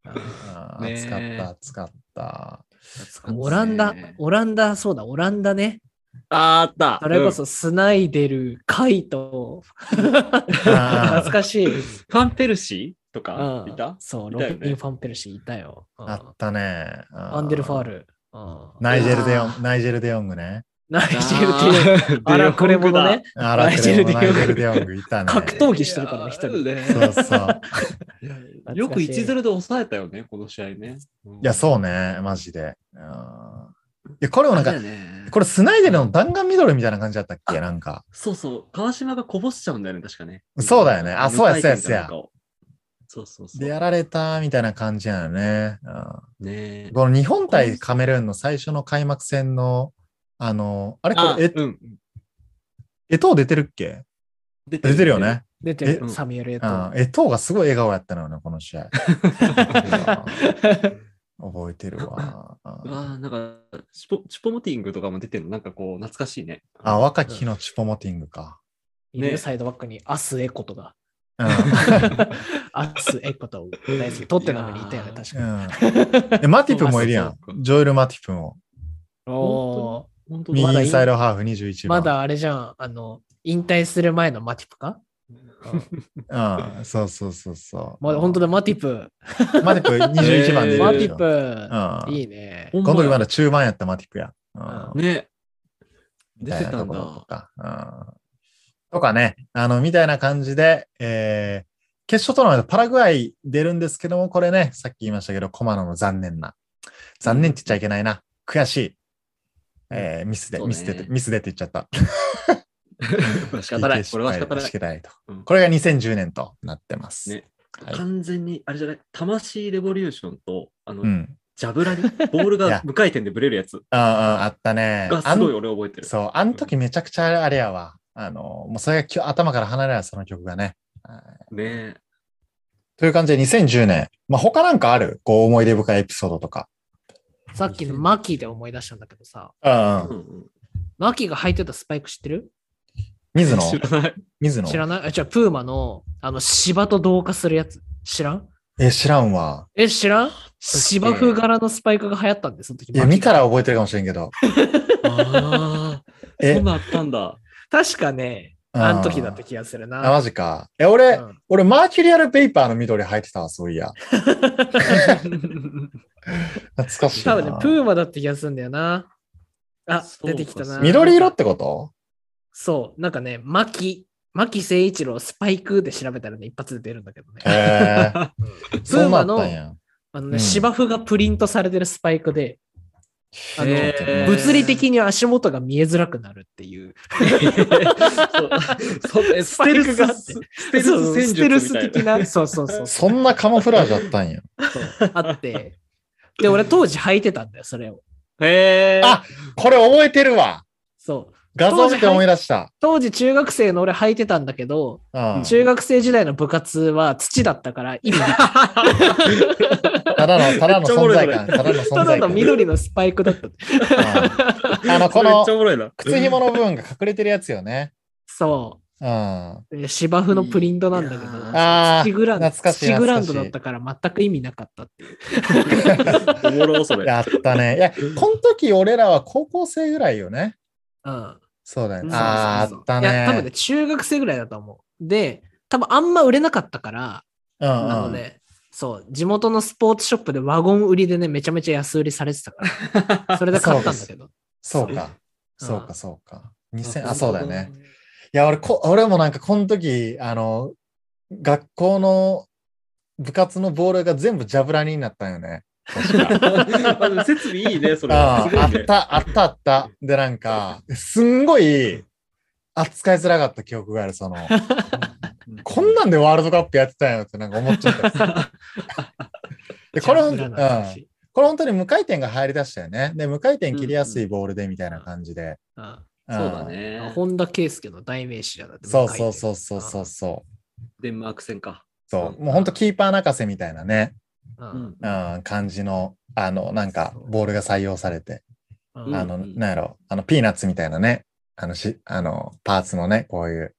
Speaker 2: あ ー
Speaker 4: ねえ
Speaker 2: 熱かった、熱 かった。
Speaker 3: オランダ、オランダ、そうだ、オランダね。
Speaker 4: あーあった。
Speaker 3: それこ
Speaker 4: うん
Speaker 3: そスナイデル、カイト、
Speaker 2: あ
Speaker 3: 懐かしい。
Speaker 4: ファンペルシーとか
Speaker 3: う
Speaker 4: い
Speaker 3: ん
Speaker 4: た
Speaker 3: そう、
Speaker 4: い
Speaker 3: ロ
Speaker 4: たよ
Speaker 3: ビ
Speaker 4: ね
Speaker 3: ン・ファンペルシーいたよ。うん
Speaker 2: あったね。
Speaker 3: アンデル・ファー
Speaker 2: ル。
Speaker 3: ル。うん
Speaker 2: ナイジェル・デヨ
Speaker 4: あ
Speaker 2: ン、ナイジェル・デヨングね。
Speaker 3: ナイジェル・デヨング。
Speaker 4: ル
Speaker 3: あら、これものね。。
Speaker 2: あら、ナイ
Speaker 3: ナイ
Speaker 2: ジ
Speaker 3: ジ
Speaker 2: ェ
Speaker 3: ェ
Speaker 2: ル・
Speaker 3: ル
Speaker 2: デ
Speaker 3: デヨング
Speaker 2: ヨングいたね。
Speaker 3: 格闘技してるから
Speaker 4: い
Speaker 3: ね、
Speaker 4: や
Speaker 3: 一人。
Speaker 4: ー
Speaker 2: そうそう。
Speaker 3: しい
Speaker 4: よく1ゼ0で抑えたよね、この試合ね。
Speaker 2: いや、
Speaker 4: う
Speaker 2: そうね、マジで。うんいや、これも
Speaker 4: ん。
Speaker 2: なん
Speaker 4: あ
Speaker 2: か
Speaker 4: れ、だよね
Speaker 2: これスナイデルの弾丸ミドルみたいな感じだったっけなんか。
Speaker 4: そうそう、川島がこぼしちゃうんだよね、確かね。
Speaker 2: そうだよねあそうやそうやそうや
Speaker 4: なんかをそうそうそう。
Speaker 2: で、やられたみたいな感じなのね。うん
Speaker 4: ねえ
Speaker 2: この日本対カメルーンの最初の開幕戦の、あの、あれこ
Speaker 4: あ
Speaker 2: れ、え、
Speaker 4: うん。
Speaker 2: えとう出てるっけ
Speaker 4: 出て
Speaker 2: 出てるよ。ね。
Speaker 3: 出て
Speaker 4: え
Speaker 3: る、サミュエル・エ
Speaker 2: う
Speaker 3: ト
Speaker 2: ん
Speaker 3: ー。
Speaker 2: えとうがすごい笑顔やったのよね、この試合。覚えてるわ。
Speaker 4: う
Speaker 2: うん
Speaker 4: わあなんかチポ、チュポモティングとかも出てるの、なんかこう、懐かしいね。
Speaker 2: あ、若き日のチュポモティングか。
Speaker 3: ネサイドバックにアス・エコ とか。
Speaker 2: うん
Speaker 3: アス・エコと大好き。取ってなのにいたよね、確
Speaker 2: う
Speaker 3: か
Speaker 2: んえマティプもいるや
Speaker 4: そうかそ
Speaker 2: ん。ジョエル・マティプも。
Speaker 3: に。おー
Speaker 4: 本当
Speaker 2: 右
Speaker 4: だ。
Speaker 3: まだい
Speaker 2: サイドハーフ21
Speaker 3: ま
Speaker 2: 番。
Speaker 3: だあれじゃん、あの、引退する前のマティプか
Speaker 2: だ。うん、そうそうそうそう。
Speaker 3: まだ本当だ、マティプ。
Speaker 2: マティプ21番でい
Speaker 4: えー
Speaker 3: マ
Speaker 2: るで
Speaker 3: テ
Speaker 2: し
Speaker 3: ィ
Speaker 2: ょ。
Speaker 3: プ。
Speaker 2: うん
Speaker 3: いいね。
Speaker 4: ほん
Speaker 2: この時
Speaker 4: や
Speaker 2: まだ中盤やったマティプや。うん
Speaker 3: うん
Speaker 4: ね。
Speaker 2: み
Speaker 4: 出
Speaker 2: た
Speaker 4: て
Speaker 2: いな
Speaker 4: た
Speaker 2: と
Speaker 4: ん
Speaker 2: ころ
Speaker 4: だ
Speaker 2: と。か。うんとかね、あの、みたいな感じで、えー決勝トーナメント、パラグアイ出るんですけども、これね、さっき言いましたけど、コマノの残念な。残念って言っちゃいけないな。悔しい。えーミスで、
Speaker 4: そうね
Speaker 2: ミスで、ミスでって言っちゃった。
Speaker 4: 仕方ない。
Speaker 2: PK
Speaker 4: これは仕方ない
Speaker 2: 失敗で仕。方ないと
Speaker 4: うん
Speaker 2: これが2010年となってます。
Speaker 4: ね
Speaker 2: はい
Speaker 4: 完全に、あれじゃない、魂レボリューションと、あの、
Speaker 2: うん。
Speaker 4: ジャブラに、ボール
Speaker 2: い
Speaker 4: が
Speaker 2: や
Speaker 4: 無回転でブレるやつ
Speaker 2: ああ、あったね。
Speaker 4: が
Speaker 2: あ
Speaker 4: す
Speaker 2: ん
Speaker 4: ごい俺覚えてる。
Speaker 2: そう、あの時めちゃくちゃあれやわ。あの、もうそれがき頭から離れない、その曲がね。はい
Speaker 4: ねえ
Speaker 2: という感じで2010年。まあ、他なんかあるこう思い出深いエピソードとか。
Speaker 3: さっきのマキで思い出したんだけどさ、
Speaker 2: うん
Speaker 4: う
Speaker 2: う
Speaker 4: ん
Speaker 2: ん。
Speaker 4: うん
Speaker 3: マキが履いてたスパイク知ってる
Speaker 2: 水野
Speaker 4: 知 らない。
Speaker 2: 水野
Speaker 3: 知らないあ、じゃあプーマの、あの、芝と同化するやつ。知らん
Speaker 2: え、知らんわ。
Speaker 3: え、知らん芝生柄のスパイクが流行ったんで、その時。
Speaker 2: いや、
Speaker 3: マキ
Speaker 2: 見たら覚えてるかもしれんけど。
Speaker 4: ああ、
Speaker 2: え
Speaker 4: そんなんあったん だ。
Speaker 3: 確かね、
Speaker 2: うん
Speaker 3: あの時だった気がする
Speaker 2: あ、
Speaker 3: な。
Speaker 2: マジか。え、俺、
Speaker 3: うん
Speaker 2: 俺、マーキュリアルベイパーの緑入ってたわ、そういや。懐かしい
Speaker 3: 多
Speaker 2: な。
Speaker 3: 分ね、プーマだった気がするんだよな。あ、
Speaker 4: そうか
Speaker 3: 出てきたな。
Speaker 2: 緑色ってこと
Speaker 3: そう、なんかね、マキ、マキ誠一郎スパイクで調べたらね、一発で出るんだけどね。
Speaker 2: へえ。
Speaker 3: プーマ
Speaker 2: そうなっ
Speaker 3: の
Speaker 2: たんや
Speaker 3: あの
Speaker 2: う
Speaker 3: ね、
Speaker 2: ん
Speaker 3: 芝生がプリントされてるスパイクで、あの、
Speaker 4: へー
Speaker 3: 物理的に足元が見えづらくなるっていう。
Speaker 4: そう そう
Speaker 3: スパイクがあって
Speaker 4: ステル
Speaker 3: そう
Speaker 4: ス
Speaker 3: そう
Speaker 4: 戦
Speaker 3: ステルス
Speaker 4: 術みたい
Speaker 3: 的な。そうそうそう。
Speaker 2: そんなカモフラージュあったんや。
Speaker 3: そうあって。で、俺当時履いてたんだよ、それを。
Speaker 4: な。へえ。
Speaker 2: あこれ覚えてるわ。
Speaker 3: そう。
Speaker 2: 画像見て思い出した。
Speaker 3: 当時中学生の俺履いてたんだけど、
Speaker 2: うん。
Speaker 3: 中学生時代の部活は土だったから 意味ない。
Speaker 2: ただの、ただの存在感。
Speaker 4: め
Speaker 2: ただの
Speaker 3: た
Speaker 2: 存
Speaker 3: だ
Speaker 2: 在
Speaker 3: の
Speaker 2: 感。
Speaker 3: 緑のスパイクだった。
Speaker 2: うんあの、こ
Speaker 4: これめっ
Speaker 2: の
Speaker 4: ちゃおもろいな。
Speaker 2: 靴紐の部分が隠れてるやつよね。
Speaker 3: そ
Speaker 2: うん。あ
Speaker 3: う。で芝生のプリントなんだけど
Speaker 4: いや、ー
Speaker 2: あ
Speaker 3: 土
Speaker 2: ー。
Speaker 3: グランド、
Speaker 2: 懐かしい
Speaker 3: 土グランド
Speaker 2: 懐か
Speaker 3: だ
Speaker 2: しい
Speaker 3: ったから全く意味なかったって いう。
Speaker 4: おもろそれ。
Speaker 2: やったね。いや、この時俺らは高校生ぐらいよね。
Speaker 3: うん。
Speaker 2: そうだよね。
Speaker 3: そう
Speaker 2: あ
Speaker 3: そうそう
Speaker 2: ーあったね。
Speaker 3: いや、多分ね、中学生ぐらいだと思う。で、多分あんま売れなかったから、
Speaker 2: うんうん、
Speaker 3: あのね、そう、地元のスポーツショップでワゴン売りでね、めちゃめちゃ安売りされて たから、それで買ったんだけど。
Speaker 2: そうか。
Speaker 3: うん
Speaker 2: そうか、そうか。2000、あ、そうだよね。。いや、俺こ、俺もなんかこの時、あの、学校の部活のボールが全部ジャブラニになったんよね。
Speaker 4: あの設備いいね、それは。
Speaker 2: あ
Speaker 4: すご
Speaker 2: ああ
Speaker 4: い
Speaker 2: っ
Speaker 4: ね。
Speaker 2: た、あった、あった。で、なんか、すんごい扱いづらかった記憶がある。その、 こんなんでワールドカップやってたんやってなんか思っちゃった。で、これ、う
Speaker 3: ジ
Speaker 2: ん、これ
Speaker 3: ャブラの話
Speaker 2: 本当に無回転が入り出したよね。で、無回転切りやすいボールでみたいな感じで。
Speaker 3: あ
Speaker 4: そうだ
Speaker 2: ん。
Speaker 4: ね。
Speaker 3: 本田圭佑の代名詞だなって。
Speaker 2: そうそうそうそうそうそう。
Speaker 4: デンマーク戦か。
Speaker 2: そう、もう本当キーパー泣かせみたいなね、
Speaker 3: うん。
Speaker 4: うん
Speaker 2: うん、感じの、あの、なんか、ボールが採用されて、
Speaker 3: うん
Speaker 4: うん
Speaker 2: あの、なんやろ、あの、ピーナッツみたいなね、あの、し、あの、パーツのね、こういう、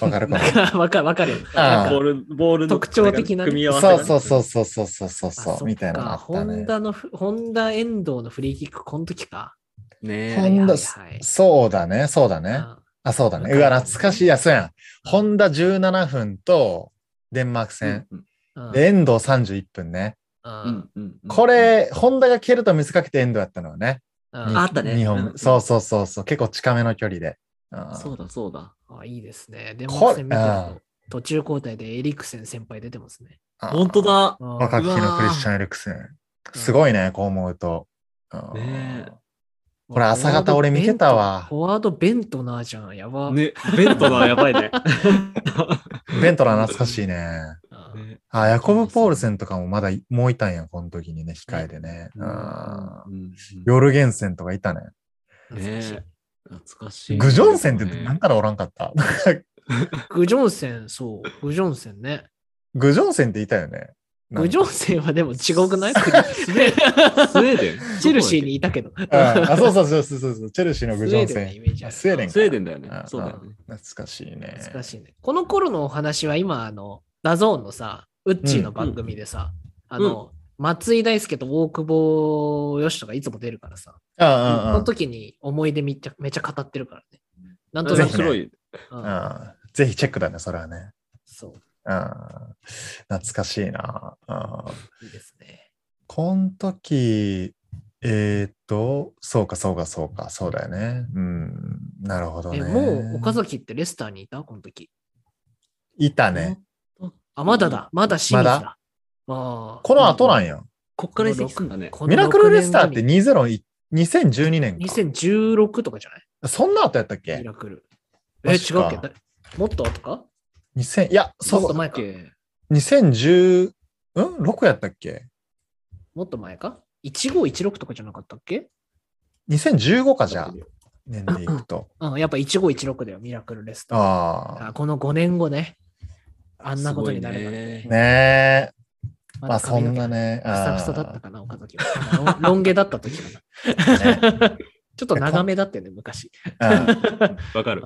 Speaker 2: わかるか
Speaker 3: わかる、わかるよ。
Speaker 2: な
Speaker 4: ボール、ボールの
Speaker 3: 特徴的なね
Speaker 4: 組み合わせ
Speaker 2: そ
Speaker 4: が
Speaker 2: う
Speaker 4: ね。
Speaker 2: そうそうそうそうそうそう
Speaker 3: あそっ
Speaker 2: そ
Speaker 3: か
Speaker 2: う、みたいなのあった
Speaker 3: ホン
Speaker 2: ね。
Speaker 3: ダのフ、ホンダ遠藤のフリーキック、この時か。
Speaker 4: ね
Speaker 2: ホ
Speaker 4: え。
Speaker 2: ンダ、
Speaker 3: はいはいはい
Speaker 2: そうだね、そうだね。
Speaker 3: あ
Speaker 2: あ、そうだ
Speaker 3: わ
Speaker 2: ね。
Speaker 3: か
Speaker 2: う
Speaker 3: る
Speaker 2: わ、懐かしい。いや、そうやん。ホンダ17分と、デンマーク戦。
Speaker 4: うん
Speaker 3: うん
Speaker 2: で、遠藤31分ね。
Speaker 4: う
Speaker 3: うん
Speaker 4: んうんうん
Speaker 2: これ、ホンダが蹴ると見せかけて遠藤やったのよね。
Speaker 3: うん
Speaker 4: あ
Speaker 3: あ
Speaker 4: ったね
Speaker 2: 日
Speaker 4: う
Speaker 2: 本
Speaker 4: ん
Speaker 2: そうそうそうそう。結構近めの距離で。うん
Speaker 4: そうだそうだ。
Speaker 3: あいいですね。で
Speaker 2: こ
Speaker 3: も、見てる
Speaker 2: あ
Speaker 3: と途中交代でエリクセン先輩出てますね。
Speaker 2: あー
Speaker 4: 本当だ。
Speaker 2: 若
Speaker 3: 若
Speaker 2: き日のクリスチャン・エリクセン。すごいね、こう思うと。うん
Speaker 4: ねえ
Speaker 2: これ朝方俺見てたわ
Speaker 3: フォワードベントナーじゃん。やば。
Speaker 4: ね、ベントナーやばい ね。
Speaker 2: ベントラー懐かしいね。
Speaker 3: あ
Speaker 4: ね
Speaker 2: あー、ヤコブ・ポールセンとかもまだいもういたんや、この時にね、控えでね。
Speaker 4: う
Speaker 2: うん
Speaker 4: んうん
Speaker 2: ヨルゲンセンとかいたね。
Speaker 3: 懐かしい
Speaker 4: ね懐かしい。
Speaker 2: グジョンセンってなん
Speaker 4: ね
Speaker 2: からおらんかった。
Speaker 3: グジョンセン、そう。グジョンセンね。
Speaker 2: グジョンセンっていたよね。なんか
Speaker 3: グジョンセンはでも違くない国
Speaker 4: スウェーデン
Speaker 3: チェルシーにいたけど。
Speaker 2: うんあ、そうそうそうそうそう。チェルシーのグジョンセン。あスウェーデンか
Speaker 4: スウェーデンだよね
Speaker 2: あ。
Speaker 4: そうだよね。
Speaker 2: 懐かしいね。
Speaker 3: 難しいね。この頃のお話は今、あの、ダゾーンのさ、ウッチーの番組でさ、
Speaker 4: ん
Speaker 3: あの、松井大輔と大久保よしとかいつも出るからさ、
Speaker 2: あ
Speaker 3: その時に思い出めっちゃめっちゃ語ってるからね。なんとな
Speaker 4: 面
Speaker 3: く、
Speaker 2: ぜひね
Speaker 4: 白い。
Speaker 3: うん
Speaker 2: うんぜひチェックだね、それはね。
Speaker 3: そ
Speaker 2: うん懐かしいな。うん
Speaker 3: う、いいですね。
Speaker 2: この時、えーっと、そうか、そうか、そうか、そうだよね。うん、なるほどね。
Speaker 3: え、もう岡崎ってレスターにいたこの時。
Speaker 2: いたね。
Speaker 4: この
Speaker 3: あ、まだだ。まだ清水
Speaker 2: ま
Speaker 3: だ
Speaker 2: だ。
Speaker 3: ああ。
Speaker 2: この後なんや。
Speaker 4: こっから移籍すんだね。
Speaker 3: この
Speaker 2: ミラクルレスターって
Speaker 3: 6
Speaker 2: 20 2012年か。
Speaker 3: 2016とかじゃない
Speaker 2: そんな後やったっ
Speaker 3: ミ
Speaker 2: け
Speaker 3: ラクル。
Speaker 2: マ
Speaker 3: え、違うっ
Speaker 2: ジか
Speaker 3: けだもっと後か
Speaker 2: ?2000、いや、
Speaker 3: もっ
Speaker 2: そ
Speaker 3: と前
Speaker 4: だっ
Speaker 3: か。
Speaker 4: け
Speaker 2: う、2010、うん ?6 やったっけ
Speaker 3: もっと前か ?1516 とかじゃなかったっけ
Speaker 2: ?2015 かじゃあ、年でいくと。
Speaker 3: うん、やっぱ1516だよ、ミラクルレスター。
Speaker 2: あ
Speaker 3: あこの5年後ね。あんなことになるなんて
Speaker 4: すごいね
Speaker 2: あ。ねえ。まあ
Speaker 3: だ
Speaker 2: そ
Speaker 3: 髪の
Speaker 2: ん
Speaker 3: 毛
Speaker 2: なね。
Speaker 3: ふさふさだったかな、岡崎は。ロンロン毛だった時かな。
Speaker 2: あー ね
Speaker 3: ちょっと長めだったよね、昔。
Speaker 2: うん
Speaker 4: わかる。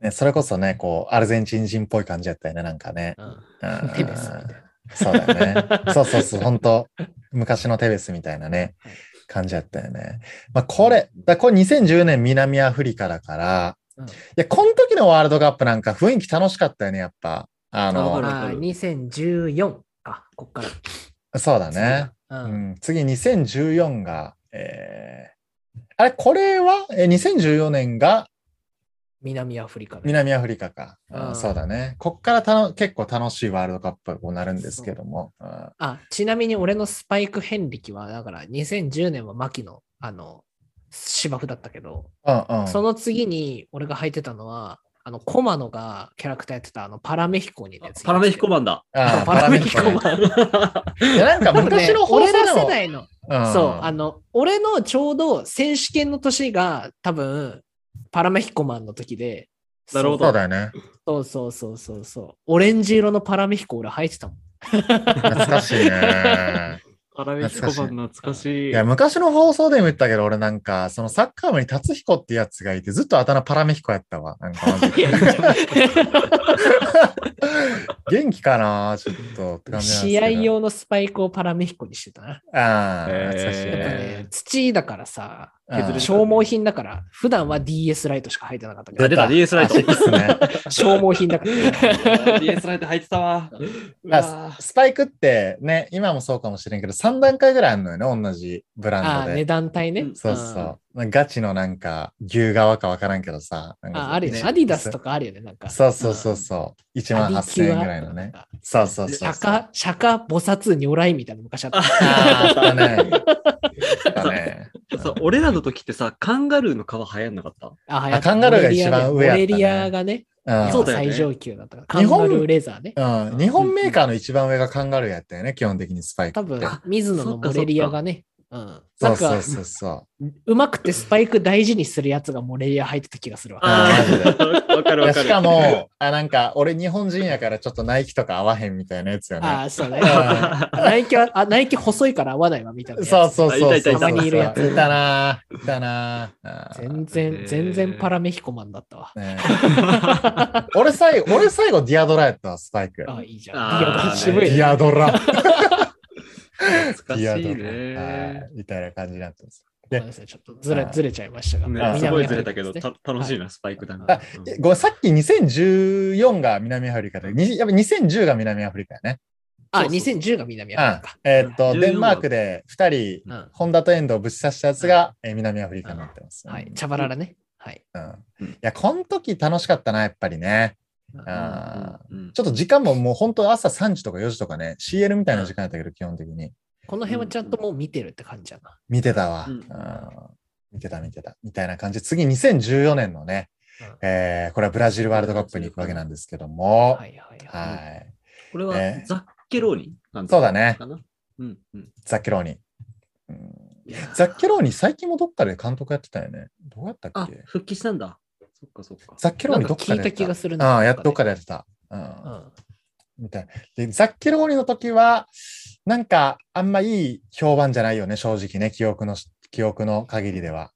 Speaker 2: ね、それこそね、こう、アルゼンチン人っぽい感じやったよね、なんかね。
Speaker 3: うん
Speaker 2: うん
Speaker 3: テベスみたいな。
Speaker 2: そうだよね。そうそうそう、本当昔のテベスみたいなね
Speaker 3: はい、
Speaker 2: 感じやったよね。まあ、これ、だこれ2010年南アフリカだから、
Speaker 3: うん
Speaker 2: いや、この時のワールドカップなんか雰囲気楽しかったよね、やっぱ。あ
Speaker 4: あわ
Speaker 2: の、
Speaker 4: か
Speaker 3: あー2014か、こっから。
Speaker 2: そうだね。
Speaker 3: う。
Speaker 2: うんん、次、2014が、えーあれ、これは、えー、2014年が
Speaker 3: 南アフリカね。
Speaker 2: 南アフリカか。
Speaker 3: う
Speaker 2: うんん、そうだね。こっからたの結構楽しいワールドカップになるんですけども。うん
Speaker 3: あ、ちなみに俺のスパイク遍歴は、だから2010年は牧野、あの、芝生だったけど、
Speaker 2: うんうん。
Speaker 3: その次に俺が履いてたのは、あの、コマノがキャラクターやってた、あの、パラメヒコにね。
Speaker 4: パラメヒコ
Speaker 3: マ
Speaker 4: 版だ。
Speaker 2: あー
Speaker 3: パラメヒコ
Speaker 2: ね
Speaker 3: 版。
Speaker 2: いやなんか
Speaker 3: 多分ね
Speaker 2: 昔の放送
Speaker 3: 俺
Speaker 2: で
Speaker 3: ら世
Speaker 2: も、
Speaker 3: 代の、
Speaker 2: うん
Speaker 3: そう、あの、俺のちょうど選手権の年が多分、パラメヒコマンの時で、
Speaker 4: なるほど
Speaker 2: そうだよね。
Speaker 3: そうそうそうそうそう。オレンジ色のパラメヒコ俺履いてたもん。
Speaker 2: 懐かしい ね。
Speaker 4: パラ
Speaker 2: メヒコ版
Speaker 4: 懐かし
Speaker 2: い
Speaker 4: い
Speaker 2: や、昔の放送でも言ったけど、俺なんか、そのサッカー部に達彦ってやつがいて、ずっとあだ名パラメヒコやったわ。なんかマ ジで元気かなちょっとって感じなんですけ
Speaker 3: 試
Speaker 2: ど。
Speaker 3: 合用のスパイクをパラメヒコにしてたな。
Speaker 2: ああ、
Speaker 4: へー
Speaker 2: 懐かしい
Speaker 3: やっぱね、
Speaker 4: えー
Speaker 3: 土だからさ、
Speaker 2: うん
Speaker 4: 削
Speaker 3: 消耗品だから、普段は DS ライトしか履いてなかったけ
Speaker 4: あ出
Speaker 3: ど、
Speaker 4: た、DS ライト。
Speaker 2: あそうですね
Speaker 3: 消耗品 だから。
Speaker 4: DS ライト入ってたわ。うわ
Speaker 2: スパイクってね、今もそうかもしれんけど、3段階ぐらいあるのよね、同じブラ
Speaker 3: あ
Speaker 2: ン
Speaker 3: ー
Speaker 2: ド
Speaker 3: 値
Speaker 2: で。
Speaker 3: 段帯ね。
Speaker 2: そうそう。ガチのなんか、牛側かわからんけどさ。なん
Speaker 3: ん。
Speaker 2: か
Speaker 3: あ、あるよね。アディダスとかあるよね、なんか。
Speaker 2: そうそうそうそう。1万8000円ぐらいのね。。そうそうそうそう。
Speaker 3: 釈迦、釈迦菩薩如来みたいなの昔あった。
Speaker 2: あーあった ね。あったね。
Speaker 4: そう俺らの時って さ、カンガルーの皮流行んなかった
Speaker 3: あ、
Speaker 2: あカンガルーが一番上やったね
Speaker 3: オレリアがね、
Speaker 2: うん
Speaker 4: そうだよね
Speaker 3: 最上級だったから。カン
Speaker 2: 日本
Speaker 3: ガルーレザーね。
Speaker 2: うん、日本メーカーの一番上がカンガルーやったよね、基本的にスパイク
Speaker 3: 多
Speaker 2: っ
Speaker 3: 分
Speaker 2: て。、
Speaker 3: 水野のモレリアがね。うん。な
Speaker 2: そ
Speaker 3: ん
Speaker 2: うそ
Speaker 3: か
Speaker 2: う、そうそう。
Speaker 3: うまくてスパイク大事にするやつがモレリア入ってた気がするわ。
Speaker 2: あーマ
Speaker 4: あ、わかるわ
Speaker 2: いや
Speaker 4: かる。
Speaker 2: しか、も、あ、なんか、俺日本人やからちょっとナイキとか合わへんみたいなやつよ
Speaker 3: あ
Speaker 2: ね。
Speaker 3: あ、そうね。
Speaker 2: うん
Speaker 3: ナイキは、あ、ナイキ細いから合わないわみたいなやつ。
Speaker 2: そうそうそうそう。
Speaker 4: いたいたいた
Speaker 2: そうそうそう
Speaker 3: たまにいるやつ
Speaker 2: いたなぁいたなぁうん
Speaker 3: 全然、全然パラメヒコマンだったわ。
Speaker 2: ねえ俺最後、俺最後ディアドラやったわ、スパイク。
Speaker 3: ああ、いいじゃん。いや、
Speaker 4: あー
Speaker 3: 渋
Speaker 2: デ
Speaker 3: いね。
Speaker 2: ィアド ラ。
Speaker 4: 懐かし
Speaker 2: ディア
Speaker 4: い
Speaker 2: ドラ。は
Speaker 4: ね
Speaker 2: い。みたいな感じになってます。
Speaker 3: ごめんなさいちょっとずれ、ずれちゃいましたが。
Speaker 4: ね
Speaker 2: あー
Speaker 4: すごいずれ
Speaker 3: れ
Speaker 4: たけど、た楽しいな、スパイクだ
Speaker 2: あ
Speaker 4: な。うん
Speaker 2: えごめん、さっき2014が南アフリカで、にやっぱ2010が南アフリカやね。
Speaker 3: あ、
Speaker 4: そうそう
Speaker 3: 2010が南
Speaker 2: う
Speaker 3: アフ
Speaker 2: ん
Speaker 3: リカ。
Speaker 2: えーっと、
Speaker 4: 14
Speaker 2: デンマークで2人、
Speaker 3: うん
Speaker 2: ホンダとエンドをぶっ刺したやつが、えー南アフリカになってます。
Speaker 3: はい、チャバララね。はい。
Speaker 2: うん。いや、この時楽しかったな、やっぱりね。
Speaker 3: うん
Speaker 2: あー
Speaker 4: うん
Speaker 2: ちょっと時間ももう本当朝3時とか4時とかね、CL みたいな時間やったけど、基本的に。
Speaker 3: この辺はちゃんともう見てるって感じやな。
Speaker 2: 見てたわ。
Speaker 4: うん
Speaker 2: うん見てた見てた。みたいな感じ。次、2014年のね、
Speaker 3: うん
Speaker 2: えーこれはブラジルワールドカップに行くわけなんですけども、
Speaker 3: は
Speaker 2: はい。
Speaker 3: いはいは
Speaker 4: これは
Speaker 2: ね
Speaker 4: ザッケローニ監督
Speaker 2: そうだね
Speaker 4: かな。うんうん。
Speaker 2: ザッケローニ。うん
Speaker 3: い。いやー
Speaker 2: ザッケローニ、最近もどっかで監督やってたよね。どうやったっ
Speaker 4: あ
Speaker 2: け、
Speaker 4: 復帰したんだ。そっかそっか。
Speaker 2: ザッケローニどっか
Speaker 3: なん
Speaker 2: で
Speaker 3: か
Speaker 2: や
Speaker 3: 聞
Speaker 2: っ
Speaker 3: いた気がする
Speaker 2: ああ、やっどっか
Speaker 3: で。
Speaker 2: でやってた。うん
Speaker 3: うん
Speaker 2: みたいで、ザッケローニの時は、なんか、あんまいい評判じゃないよね、正直ね、記憶のし、記憶の限りでは。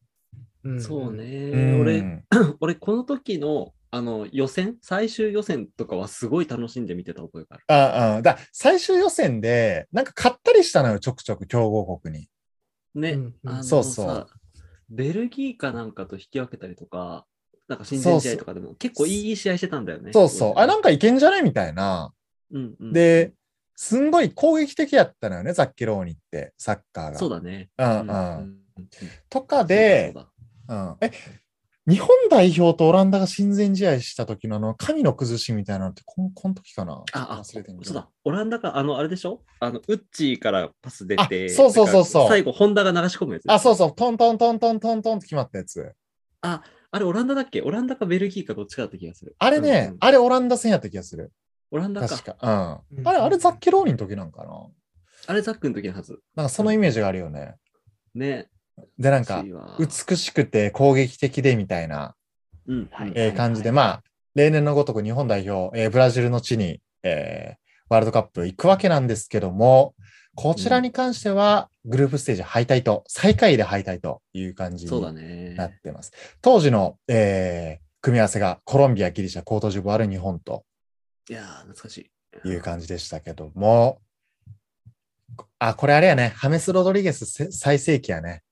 Speaker 3: うん
Speaker 4: そう。ね
Speaker 2: う。ん
Speaker 4: 俺、俺この時のあの予選、最終予選とかはすごい楽しんで見てた覚えがある。
Speaker 2: ああ、だ最終予選で、なんか勝ったりしたのよ、ちょくちょく強豪国に。
Speaker 4: ね、
Speaker 3: うんうん
Speaker 4: あの
Speaker 2: そうそう
Speaker 4: さベルギーかなんかと引き分けたりとか、なんか親善試合とかでも結構いい試合してたんだよね。
Speaker 2: そうそう。あ、なん
Speaker 4: か、
Speaker 2: かいけんじゃねみたいな。
Speaker 4: うんうん、
Speaker 2: で、すんごい攻撃的やったのよね、ザッケローニって、サッカーが。
Speaker 4: そうだね。
Speaker 2: う
Speaker 4: うん
Speaker 2: うん。
Speaker 4: んうん
Speaker 2: とかで
Speaker 4: そう、だ
Speaker 2: うん、え、日本代表とオランダが親善試合した時のあの、神の崩しみたいなのってこん、この時かな
Speaker 4: あ、あ、
Speaker 2: 忘れてみ
Speaker 4: そうだ、オランダか、あの、あれでしょあの、ウッチーからパス出て、
Speaker 2: あそうそうそうそう
Speaker 4: なんか最後、ホンダが流し込むやつ。
Speaker 2: あ、そう
Speaker 4: う。
Speaker 2: そう、トントントントントントンって決まったやつ。
Speaker 4: あ、あれ、オランダだっけオランダかベルギーかどっちかだった気がする。
Speaker 2: あれね、
Speaker 4: うんうん
Speaker 2: あれオランダ戦やった気がする。
Speaker 4: オランダか。
Speaker 2: 確か。う。
Speaker 3: うんん
Speaker 2: あれ、あれザッケローニの時なんかな
Speaker 4: あれ、ザックの時のはず。
Speaker 2: なんかそのイメージがあるよね。
Speaker 4: ね。
Speaker 2: で、なんか
Speaker 4: 欲しい、わ
Speaker 2: 美しくて攻撃的でみたいな、
Speaker 4: うん。
Speaker 3: はい
Speaker 2: えー感じで、まあ、例年のごとく日本代表、えーブラジルの地に、えーワールドカップ行くわけなんですけども、こちらに関しては、グループステージ敗退と、最下位で敗退という感じ
Speaker 4: そうだ
Speaker 2: に
Speaker 4: ね。
Speaker 2: なってます。当時の、えー組み合わせがコロンビア、ギリシャ、コートジボワール、日本と
Speaker 4: いやー、懐かしい。
Speaker 2: いう感じでしたけども、あ、これあれやね、ハメス・ロドリゲスせ最盛期やね。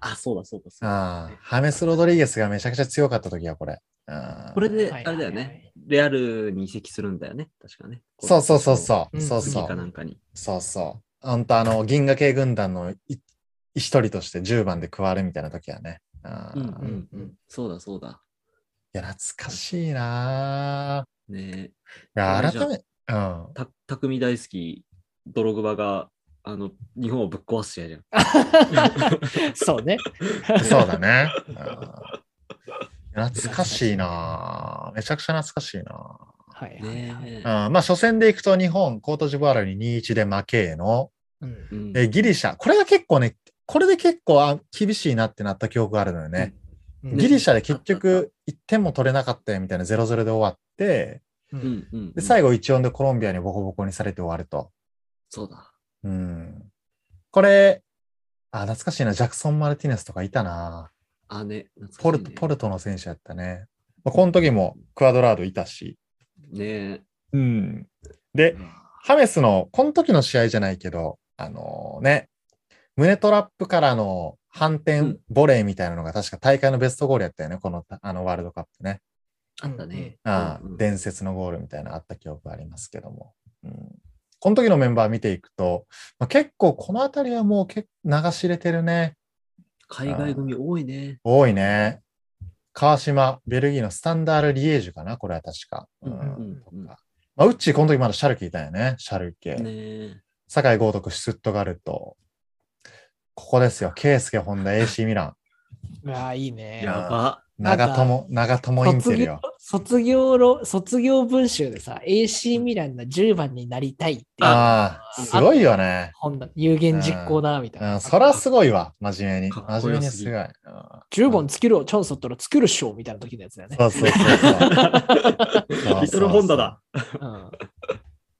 Speaker 4: あ、そうだ、そうだ、そうだ。
Speaker 2: あーハメス・ロドリゲスがめちゃくちゃ強かった時はこれ。あー
Speaker 4: これで、
Speaker 3: はい
Speaker 4: あれだよ
Speaker 3: はいはい
Speaker 4: ね。レアルに移籍するんだよね。確かね。
Speaker 2: そうそうそうそう。
Speaker 3: うん
Speaker 2: そう
Speaker 4: 次
Speaker 2: そ
Speaker 4: か
Speaker 2: う。
Speaker 4: なんかに。
Speaker 2: そうそう。本当あの、銀河系軍団のい一人として10番で加わるみたいな時はね。あー
Speaker 4: うんうん
Speaker 2: い
Speaker 3: う
Speaker 4: ん
Speaker 3: ん
Speaker 4: う
Speaker 3: うんん。
Speaker 4: そうだ、そうだ。
Speaker 2: や、懐かしいな
Speaker 4: ね
Speaker 2: ぁいや、
Speaker 4: こ
Speaker 2: 改め、うん。
Speaker 4: た、匠大好き、ドログバが、あの、日本をぶっ壊す試合じゃん。
Speaker 3: そうね。
Speaker 2: そうだね。うん懐かしいなぁめちゃくちゃ懐かしいな
Speaker 3: はいはいはい。
Speaker 4: ねえ
Speaker 2: ぁうんまあ、初戦でいくと日本、コートジボワールに2-1で負けの、
Speaker 3: うん
Speaker 4: うん
Speaker 2: えギリシャ、これが結構ね、これで結構あ厳しいなってなった記憶があるのよね。
Speaker 3: うん
Speaker 2: ギリシャで結局1点も取れなかったよみたいな0-0で終わって、
Speaker 4: う
Speaker 3: う
Speaker 4: んんうん。
Speaker 2: で、最後1音でコロンビアにボコボコにされて終わると。
Speaker 4: そうだ。
Speaker 2: うん。これ、あ、懐かしいな。ジャクソン・マルティネスとかいたな。
Speaker 4: あ、ね。懐かしい
Speaker 2: ポルト、
Speaker 4: ね
Speaker 2: ポルトの選手やったね。まあこの時もクアドラードいたし。
Speaker 4: ねえ。
Speaker 2: うん。で、ハメスの、この時の試合じゃないけど、あのね、胸トラップからの反
Speaker 4: う
Speaker 2: 転
Speaker 4: ん
Speaker 2: ボレーみたいなのが確か大会のベストゴールやったよね。この、あのワールドカップね。
Speaker 4: あったね。
Speaker 2: ああ
Speaker 4: うんうん
Speaker 2: 伝説のゴールみたいなのあった記憶ありますけども、うん、この時のメンバー見ていくと、まあ、結構この辺りはもう結構流し入れてるね
Speaker 4: 海外組多いね。
Speaker 2: 多いね川島ベルギーのスタンダール・リエージュかなこれは確か、うん
Speaker 4: うんうんうん
Speaker 2: とかまあ、ウッチーこの時まだシャルケいたよねシャルケ、
Speaker 4: ねえ。
Speaker 2: 酒井豪徳シュツットガルトここですよ圭介本田 AC ミラン
Speaker 3: うわあ、いいね。
Speaker 4: やば。
Speaker 2: 長友長友インテ
Speaker 3: 卒
Speaker 2: ル
Speaker 3: 業
Speaker 2: よ
Speaker 3: 卒業ろ卒業文集でさ、AC ミランの10番になりたいっていう
Speaker 2: ああすごいよね
Speaker 3: 本だ有言実行だみたい
Speaker 2: うん、
Speaker 3: な。
Speaker 2: そらすごいわ、真面目に。
Speaker 4: かっ
Speaker 2: 真
Speaker 4: こ
Speaker 2: 面
Speaker 4: よ
Speaker 2: 目に
Speaker 4: す
Speaker 2: す
Speaker 4: ぎ
Speaker 2: ごい。うん
Speaker 3: 10番作るチャンスあったら作るっしょみたいな時のやつだよね。
Speaker 2: そうそうそうそう。そう
Speaker 4: リトルホンダだ。
Speaker 3: うんは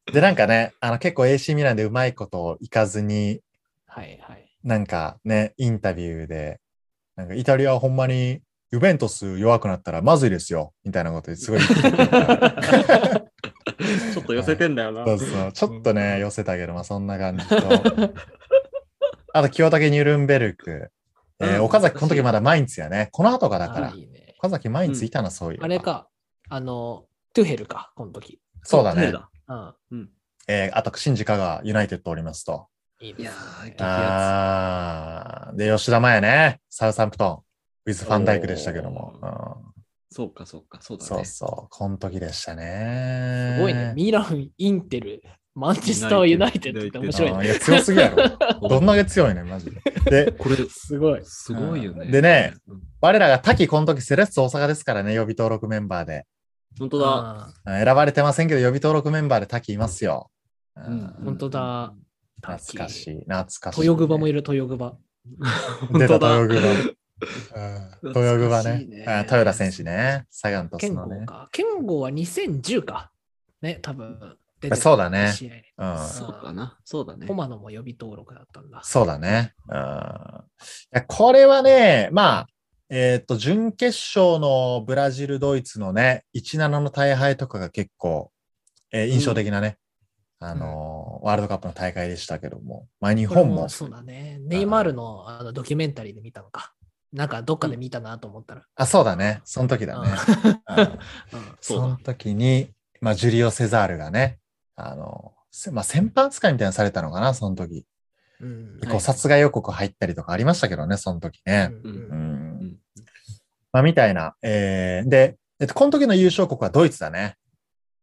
Speaker 3: い
Speaker 2: で、なんかね、あの結構 AC ミランでうまいこといかずに、
Speaker 3: はい。
Speaker 2: なんかね、インタビューで、なんかイタリアはほんまにユベントス弱くなったらまずいですよ、みたいなことですごい言ってたから。
Speaker 4: ちょっと寄せてんだよな。
Speaker 2: そうそう。ちょっとね、寄せたけど、まあそんな感じと。あと、清武ニュルンベルク。えー
Speaker 4: うん
Speaker 2: 岡崎、この時まだマインツやね。この後がだから
Speaker 3: あ。いいね。
Speaker 2: 岡崎、マインツいたな、そういう。
Speaker 3: あれ。か、あの、トゥヘルか、この時。
Speaker 2: そうだね。
Speaker 3: うん。
Speaker 4: うん。
Speaker 2: えーあと、新次香川ユナイテッドおりますと。
Speaker 3: いいです、ね。
Speaker 4: いやー
Speaker 2: あーで、吉田麻也ね、サウサンプトン、ウィズ・ファンダイクでしたけども、
Speaker 4: そうか、そうか、そう
Speaker 2: うん
Speaker 4: だ
Speaker 2: そ
Speaker 4: ね
Speaker 2: う。そう、この時でしたね。
Speaker 3: すごいね。ミラン、インテル、マンチェスターユナイテッドって面白い
Speaker 2: あ
Speaker 3: ね。
Speaker 2: ーいや強すぎやろ。どんだけ強いね、マジで。で、
Speaker 4: これ、
Speaker 3: すごい。
Speaker 4: すごいよ
Speaker 2: う
Speaker 4: ね。
Speaker 2: んでね
Speaker 4: うん。
Speaker 2: 我らが滝、この時セレッソ大阪ですからね、予備登録メンバーで。
Speaker 4: 本当だ。
Speaker 3: あ
Speaker 2: うん選ばれてませんけど、予備登録メンバーで滝いますよ。うん
Speaker 3: ー本当だ。
Speaker 2: 懐かしい、懐かしい、
Speaker 3: 豊久保もい
Speaker 2: る。
Speaker 3: る、豊久保。
Speaker 2: 出
Speaker 4: 本当
Speaker 2: た、
Speaker 4: だ
Speaker 2: 豊久保。うん豊久保
Speaker 4: 懐かし
Speaker 2: ね
Speaker 4: いね。
Speaker 2: あ豊田選手ね。サガントス
Speaker 3: 健
Speaker 2: のね
Speaker 3: 吾。か。健吾は2010か。ね、多分。出てた
Speaker 2: そうだね
Speaker 3: 試合に
Speaker 2: うん
Speaker 4: そうかな。そうだね。
Speaker 3: コマノも予備登録だったんだ。
Speaker 2: そうだね。うんいやこれはね、まあ、えっ、と、準決勝のブラジル、ドイツのね、17の大敗とかが結構、えー印象的なね、あのーワールドカップの大会でしたけども、まあ、日
Speaker 3: これ
Speaker 2: 本も、
Speaker 3: そうだね。ネイマールのあのドキュメンタリーで見たのか。なんかどっかで見たなと思ったら。
Speaker 2: あ、そうだね、その時だね。うん
Speaker 3: うん
Speaker 4: そう
Speaker 2: そ
Speaker 4: だ
Speaker 2: の時に、まあ、ジュリオ・セザールがね、あのせまあ、先般使いみたいなのされたのかな、その時。
Speaker 3: うん
Speaker 2: こう殺害予告入ったりとかありましたけどね、その時ね。
Speaker 3: うん
Speaker 2: うん
Speaker 4: うん
Speaker 2: まあ、みたいな。えーで、えっと、この時の優勝国はドイツだね。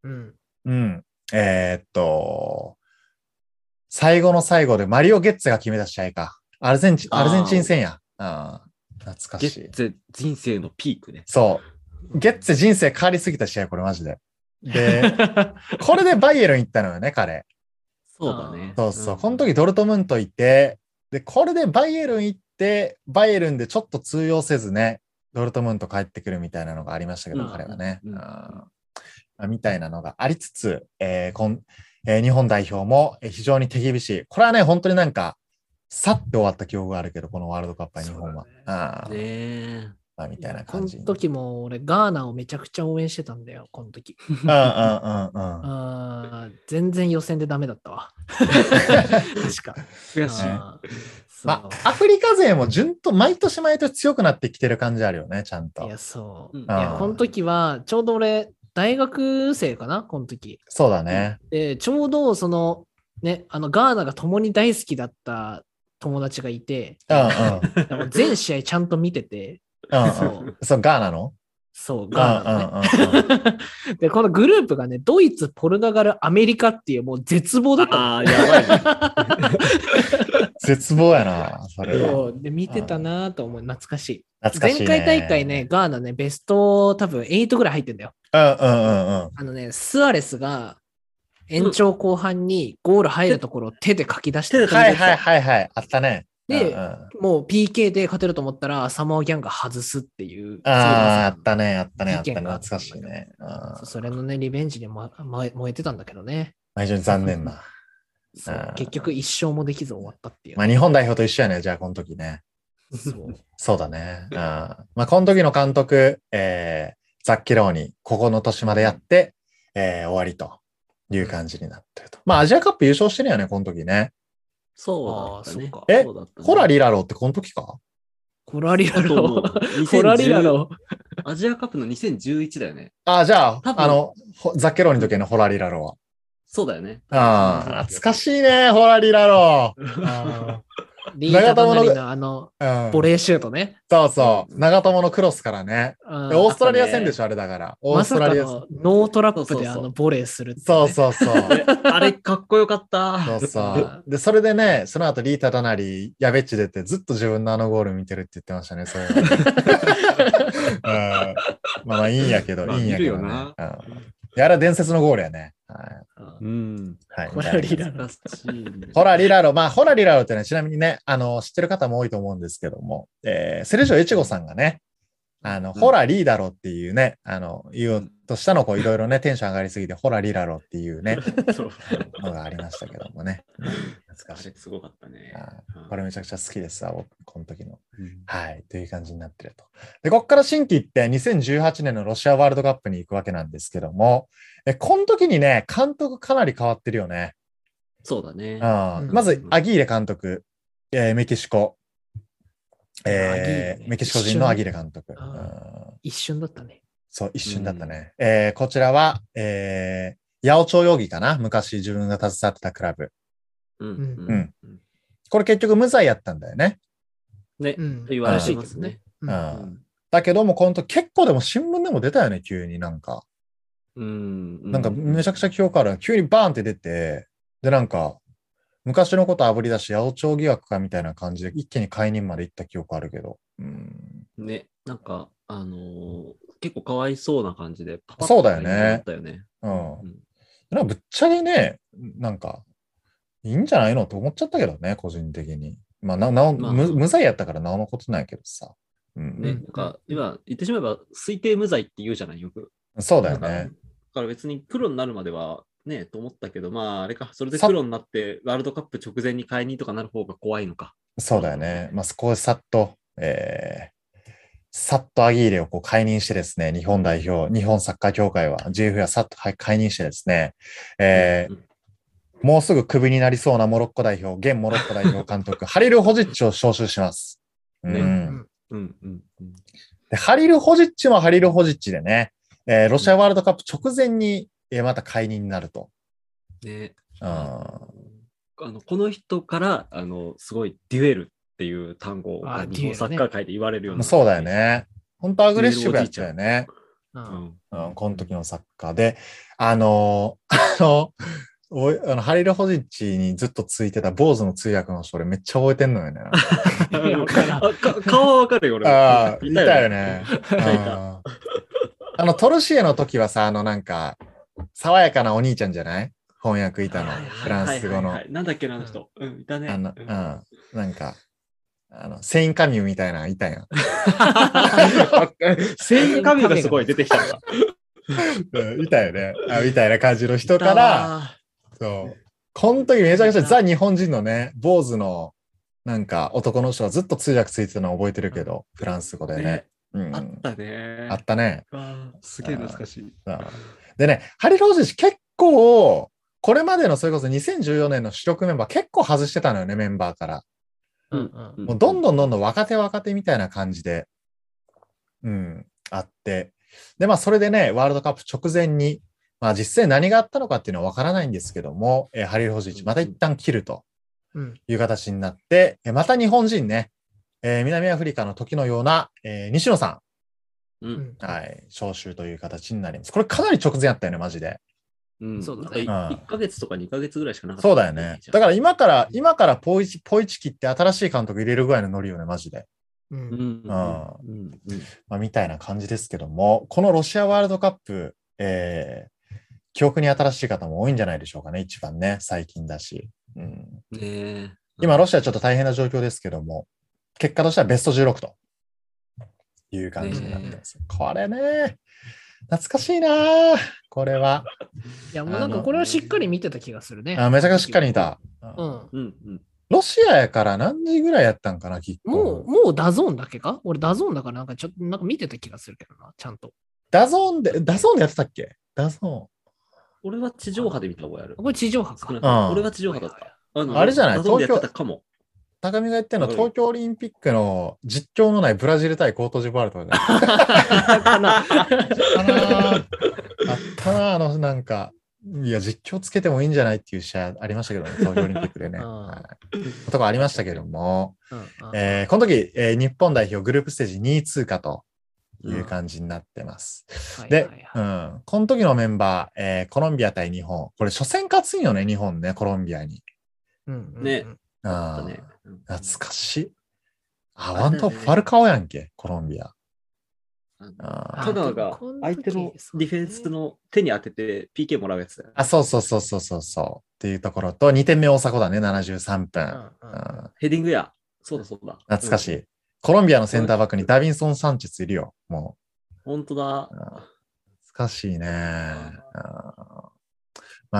Speaker 3: うん。
Speaker 2: うん。えーっと、最後の最後でマリオ・ゲッツェが決めた試合か。アルゼンチン、
Speaker 4: あー
Speaker 2: アルゼンチン戦や。ああ、懐
Speaker 4: ゲ
Speaker 2: かしい
Speaker 4: ッ。ツェ人生のピークね。
Speaker 2: そう。ゲッツェ人生変わりすぎた試合、これマジで。 で、これでバイエルン行ったのよね、彼。
Speaker 4: そうだね。
Speaker 2: そうそう。
Speaker 4: ん
Speaker 2: この時ドルトムント行って、で、これでバイエルン行って、バイエルンでちょっと通用せずね、ドルトムント帰ってくるみたいなのがありましたけど、
Speaker 4: うん
Speaker 2: 彼はね。
Speaker 4: うん
Speaker 2: あーみたいなのがありつつ、えーこんえー日本代表もえー非常に手厳しい。これはね、本当になんか、さって終わった記憶があるけど、このワールドカップは日本は。
Speaker 3: そう
Speaker 2: あー
Speaker 4: ねえ。
Speaker 2: まあみたいな
Speaker 3: こ
Speaker 2: 感
Speaker 3: の
Speaker 2: じ。
Speaker 3: 時も俺、ガーナをめちゃくちゃ応援してたんだよ、この時。
Speaker 2: うんうんうんうん。
Speaker 3: あー全然予選でダメだったわ。確か。
Speaker 4: 悔しい。
Speaker 3: あー
Speaker 2: ま
Speaker 3: そう
Speaker 2: あ、アフリカ勢も順と毎年毎年強くなってきてる感じあるよね、ちゃんと
Speaker 3: い。や、そう。
Speaker 4: うん
Speaker 3: いや、この時は、ちょうど俺、大学生かな、この時。
Speaker 2: そうだね。
Speaker 3: で、ちょうど、その、ね、あの、ガーナが共に大好きだった友達がいて、
Speaker 2: うんうん。うん
Speaker 3: だから全試合ちゃんと見てて、そ
Speaker 2: うん。
Speaker 3: う、
Speaker 2: そう、ガーナの
Speaker 3: そう、
Speaker 2: うん
Speaker 3: ガーナのね。
Speaker 2: うんうんうん。
Speaker 3: で、このグループがね、ドイツ、ポルトガル、アメリカっていうもう絶望だったの
Speaker 4: ああ、やばいね。
Speaker 2: 絶望やな、それは。
Speaker 3: そうで、見てたなぁと思う。懐かしい。
Speaker 2: 懐かしい、ね。
Speaker 3: 前回大会ね、。ガーナね、ベスト多分8ぐらい入ってんだよ。
Speaker 2: うんうんうんうん。
Speaker 3: あのね、スアレスが延長後半にゴール入るところを手で書き出して
Speaker 4: 手で
Speaker 2: はいはいはいはい。あったね。
Speaker 3: で
Speaker 2: うんうん
Speaker 3: もう PK で勝てると思ったら、サマーギャンが外すっていう。
Speaker 2: ああ、あったね、あったね、あった
Speaker 3: 事
Speaker 2: ね。
Speaker 3: 件があ
Speaker 2: 懐か
Speaker 3: ったんだ
Speaker 2: し
Speaker 3: けど
Speaker 2: いね。うん
Speaker 3: そう。それのね、リベンジで、ま、ま燃えてたんだけどね。
Speaker 2: まあ非常に残念な。
Speaker 3: そう
Speaker 2: あー
Speaker 3: 結局一勝もできず終わったっていう。
Speaker 2: まあ、日本代表と一緒やね、じゃあ、この時ね。
Speaker 3: そう
Speaker 2: そうだね。うん。まあ、この時の監督、えー、ザッキローに、ここの年までやって、えー終わりという感じになってると。まあ、アジアカップ優勝してるよね、この時ね。
Speaker 4: そうだったね。
Speaker 3: あーそっか
Speaker 2: え
Speaker 4: そうだったね
Speaker 2: コラリラローってこの時か
Speaker 3: コラリラ
Speaker 4: だと思
Speaker 3: ロ
Speaker 4: う。
Speaker 3: コラリラロ
Speaker 4: 2010アジアカップの2011だよね。
Speaker 2: ああ、じゃあ、
Speaker 4: 多分
Speaker 2: あの、ほザッケローニの時のホラリラロ
Speaker 4: そうだよね。
Speaker 2: ーは。ああ、懐かしいね、ホラリラロー。あ
Speaker 3: リーダーのあの、
Speaker 2: ーうん
Speaker 3: ボレーシュートね。
Speaker 2: そうそう。長友のクロスからね。
Speaker 3: うん
Speaker 2: でオーストラリア戦でしょ、あれだから。オー
Speaker 3: ま
Speaker 2: ス
Speaker 3: さ
Speaker 2: トラ
Speaker 3: か
Speaker 2: リア戦
Speaker 3: の。ノートラップ
Speaker 4: そう
Speaker 3: で
Speaker 4: そう
Speaker 3: あ
Speaker 4: そう
Speaker 3: のボレーするってね
Speaker 2: そうそうそう。
Speaker 4: え あれ、かっこよかった。
Speaker 2: そうそう
Speaker 3: あ。
Speaker 2: で、それでね、その後リータ・ダナリ、やべっち出て、ずっと自分のあのゴール見てるって言ってましたね、そういう のうんまあまあ、いいんやけど、
Speaker 4: まあ
Speaker 2: いいんやけ
Speaker 4: 見るよ
Speaker 2: ど、ね。うんいやあれは伝説のゴールやね。は
Speaker 3: う
Speaker 4: うんん。
Speaker 2: い。はい、
Speaker 3: ホラリラ
Speaker 4: 懐
Speaker 3: ロ
Speaker 4: かしいね。
Speaker 2: ホラリラロ。まあ、ホラリラロってね、ちなみにね、あの、知ってる方も多いと思うんですけども、えー、セルジオ越後さんがね、あの、
Speaker 4: うん
Speaker 2: ホラリーダロっていうね、あの、言おうとしたの、こう、いろいろね、テンション上がりすぎて、ホラリラロっていう ね、
Speaker 4: そう。
Speaker 2: のがありましたけどもね。懐
Speaker 4: あ
Speaker 2: かしい
Speaker 4: れ、。すごかったね。うん
Speaker 2: これめちゃくちゃ好きですわ、僕、この時の。
Speaker 4: うん
Speaker 2: はい、という感じになってると。で、ここから新規行って2018年のロシアワールドカップに行くわけなんですけども、えこの時にね、監督かなり変わってるよね。
Speaker 4: そうだね。
Speaker 2: うん
Speaker 3: うん
Speaker 2: まず、アギーレ監督、えーメキシコ。
Speaker 3: アギー
Speaker 2: え
Speaker 3: レ
Speaker 2: ー
Speaker 3: ね
Speaker 2: メキシコ人のアギーレ監督。
Speaker 3: 一緒ね
Speaker 2: うん
Speaker 3: 一瞬だったね。
Speaker 2: そう、一瞬だったね。えーこちらは、えー、八百長容疑かな昔自分が携わってたクラブ。
Speaker 4: うん
Speaker 2: う
Speaker 4: うんん。
Speaker 2: これ結局無罪やったんだよね。
Speaker 4: ね
Speaker 3: う、ん。
Speaker 4: 言われてますね。
Speaker 3: う
Speaker 2: うん
Speaker 4: うんん
Speaker 2: だけども、この時結構でも新聞でも出たよね、急になんか。
Speaker 4: うん。
Speaker 2: なんかめちゃくちゃ記憶ある。急にバーンって出て、で、なんか、昔のことあぶり出し、八百長疑惑かみたいな感じで、一気に解任まで行った記憶あるけど。うん。
Speaker 4: ね、なんか、あのー結構かわいそうな感じで、パパッと
Speaker 2: そうだよね
Speaker 4: 入ったよね。
Speaker 2: うん
Speaker 4: う。ん
Speaker 2: なんかぶっちゃけね、なんか、いいんじゃないのと思っちゃったけどね、個人的に。まあ、な、なお、
Speaker 4: まあ
Speaker 2: 無無罪やったからなおのことないけどさ。うん。
Speaker 4: ね、なんか、今、言ってしまえば、推定無罪って言うじゃない、よく。
Speaker 2: そうだよ
Speaker 4: なん
Speaker 2: ね
Speaker 4: か。だから別にプロになるまでは、ね、と思ったけど、まあ、あれか、それで
Speaker 2: さ
Speaker 4: プロになって、ワールドカップ直前に解任とかなる方が怖いのか。
Speaker 2: そうだよね。まあ、そこをさっと、えーさっとアギーレをこう解任してですね、日本代表、日本サッカー協会は、JF はさっとはい解任してですね、えー
Speaker 4: うん
Speaker 2: もうすぐクビになりそうなモロッコ代表、現モロッコ代表 監督、ハリル・ホジッチを招集します。うん
Speaker 4: ねうんうんうん。
Speaker 2: でハリル・ホジッチもハリル・ホジッチでね、えーロシアワールドカップ直前に、えーまた解任になると。
Speaker 4: ね、
Speaker 2: うん
Speaker 4: あのこの人から、あの、すごい、デュエルっていう単語
Speaker 3: あ
Speaker 4: が
Speaker 3: デュエル
Speaker 4: 日
Speaker 3: ね
Speaker 4: 本サッカー界で言われるよう
Speaker 2: まあ
Speaker 4: な。
Speaker 2: そうだよね。本当アグレッシブやったよね。
Speaker 3: う
Speaker 4: うんん
Speaker 2: うん、この時のサッカーで、あの ーあの、おいあのハリル・ホジッチにずっとついてた坊主の通訳の人、俺めっちゃ覚えてんの よね。
Speaker 3: いやわからん
Speaker 4: あ か顔はわかるよ、俺。
Speaker 2: ああ、い
Speaker 4: い
Speaker 2: た
Speaker 4: た
Speaker 2: よ
Speaker 4: よ
Speaker 2: ね
Speaker 4: ね。
Speaker 2: うんあの、トルシエの時はさ、あの、なんか、爽やかなお兄ちゃんじゃない翻訳いたの
Speaker 4: はいはいはいはい。
Speaker 2: フランス語の。
Speaker 4: はいはいなんだっけな、あの人。うん、いたね。
Speaker 2: あの、う、
Speaker 4: うんん
Speaker 2: なんか、あの、セインカミューみたいなのいたやん。う
Speaker 4: 声優神がすごい出てきたのか
Speaker 2: んいたよねあ。みたいな感じの人から、、そう。この時めちゃくちゃザ日本人のね、坊主の、なんか男の人がずっと通訳ついてたの覚えてるけど、フランス語で
Speaker 4: ね
Speaker 2: ね。うん
Speaker 4: あったね。
Speaker 2: あったね。
Speaker 4: わあすげえ懐かしい。
Speaker 2: うんでね、ハリロージ氏結構、これまでのそれこそ2014年の主力メンバー結構外してたのよね、メンバーから。
Speaker 3: うんうん
Speaker 2: もうどん
Speaker 4: ん
Speaker 2: どんどんどん若手若手みたいな感じで、うん、あって。で、まあそれでね、ワールドカップ直前に、まあ実際何があったのかっていうのはわからないんですけども、えーハリル・ホジッチ、また一旦切ると
Speaker 3: うん
Speaker 2: いう形になって、えーまた日本人ね、えー南アフリカの時のような、えー西野さ
Speaker 4: う。
Speaker 3: うんん
Speaker 2: ん、はい、招集という形になります。これかなり直前やったよね、マジで。
Speaker 4: うん
Speaker 3: そうだ
Speaker 4: なん
Speaker 3: ね
Speaker 4: か
Speaker 2: うん
Speaker 4: い一ヶ月とか二ヶ月ぐらいしかなかった。
Speaker 2: そうだよね。だ
Speaker 4: か
Speaker 2: から今から、今からポイチ、ポイチキって新しい監督入れるぐらいのノリよね、マジで。
Speaker 4: う
Speaker 3: う
Speaker 4: んん。
Speaker 2: あー
Speaker 4: うん。
Speaker 2: まあ、みたいな感じですけども、このロシアワールドカップ、えー記憶に新しい方も多いんじゃないでしょうかね、一番ね、最近だし。うん、
Speaker 4: ねえ
Speaker 2: 今、ロシアちょっと大変な状況ですけども、結果としてはベスト16という感じになってます。これね、懐かしいなあこれは。
Speaker 3: いやもうなんかこれはしっかり見てた気がするね。
Speaker 2: あめちゃくちゃしっかり見た。
Speaker 3: うん。
Speaker 4: うんうん。
Speaker 2: ロシアやから何時ぐらいやったんかな、きっ
Speaker 3: もう、もうダゾーンだけか俺ダゾーンだからなんかちょっとなんか見てた気がするけどな、ちゃんと。
Speaker 2: ダゾーンで、ダゾーンでやってたっけダゾ
Speaker 4: 俺は地上波で見た覚えある。
Speaker 3: これ地上波か
Speaker 4: 少な。く
Speaker 2: う
Speaker 4: とも
Speaker 2: ん
Speaker 4: 俺は地上波だった。の
Speaker 2: あれじゃない
Speaker 4: 謎でやってたかも。
Speaker 2: ーン。高見が言ってるのは
Speaker 4: うん
Speaker 2: 東京オリンピックの実況のないブラジル対コートジボワールとかじゃない
Speaker 3: か な
Speaker 2: あったなーあったなーあの、なんか、いや、実況つけてもいいんじゃないっていう試合ありましたけ どね、東京オリンピックでね。
Speaker 3: うん
Speaker 2: はいとかありましたけども、
Speaker 3: うんうん
Speaker 2: えーこの時、えー日本代表グループステージ2位通過とい
Speaker 4: うん
Speaker 2: う感じになってます。
Speaker 3: はい
Speaker 2: で
Speaker 3: はい、
Speaker 2: う
Speaker 3: はい
Speaker 2: ん、この時のメンバー、えーコロンビア対日本。これ初戦勝つんよね、日本ね、コロンビアに。
Speaker 3: うんうん
Speaker 4: ね
Speaker 2: あ
Speaker 4: あ
Speaker 2: あ
Speaker 4: ったね。うん
Speaker 2: 懐かしい。あ、
Speaker 4: あ
Speaker 2: ワントップファルカオやんけ、コロンビア。あー
Speaker 4: 香川が相手のディフェンスの手に当てて PK もらうやつだよね。
Speaker 2: あ、そうそうそうそうそうそう。っていうところと、2点目大迫だね、73分。
Speaker 3: うんう
Speaker 2: うん
Speaker 3: ん
Speaker 4: ヘディングや。そうだそうだ。
Speaker 2: 懐かし
Speaker 4: い。
Speaker 2: い。コロンビアのセンターバックにダビンソン・サンチェスいるよ。も
Speaker 4: 本当だ
Speaker 2: う。。うん懐かしいね。うんま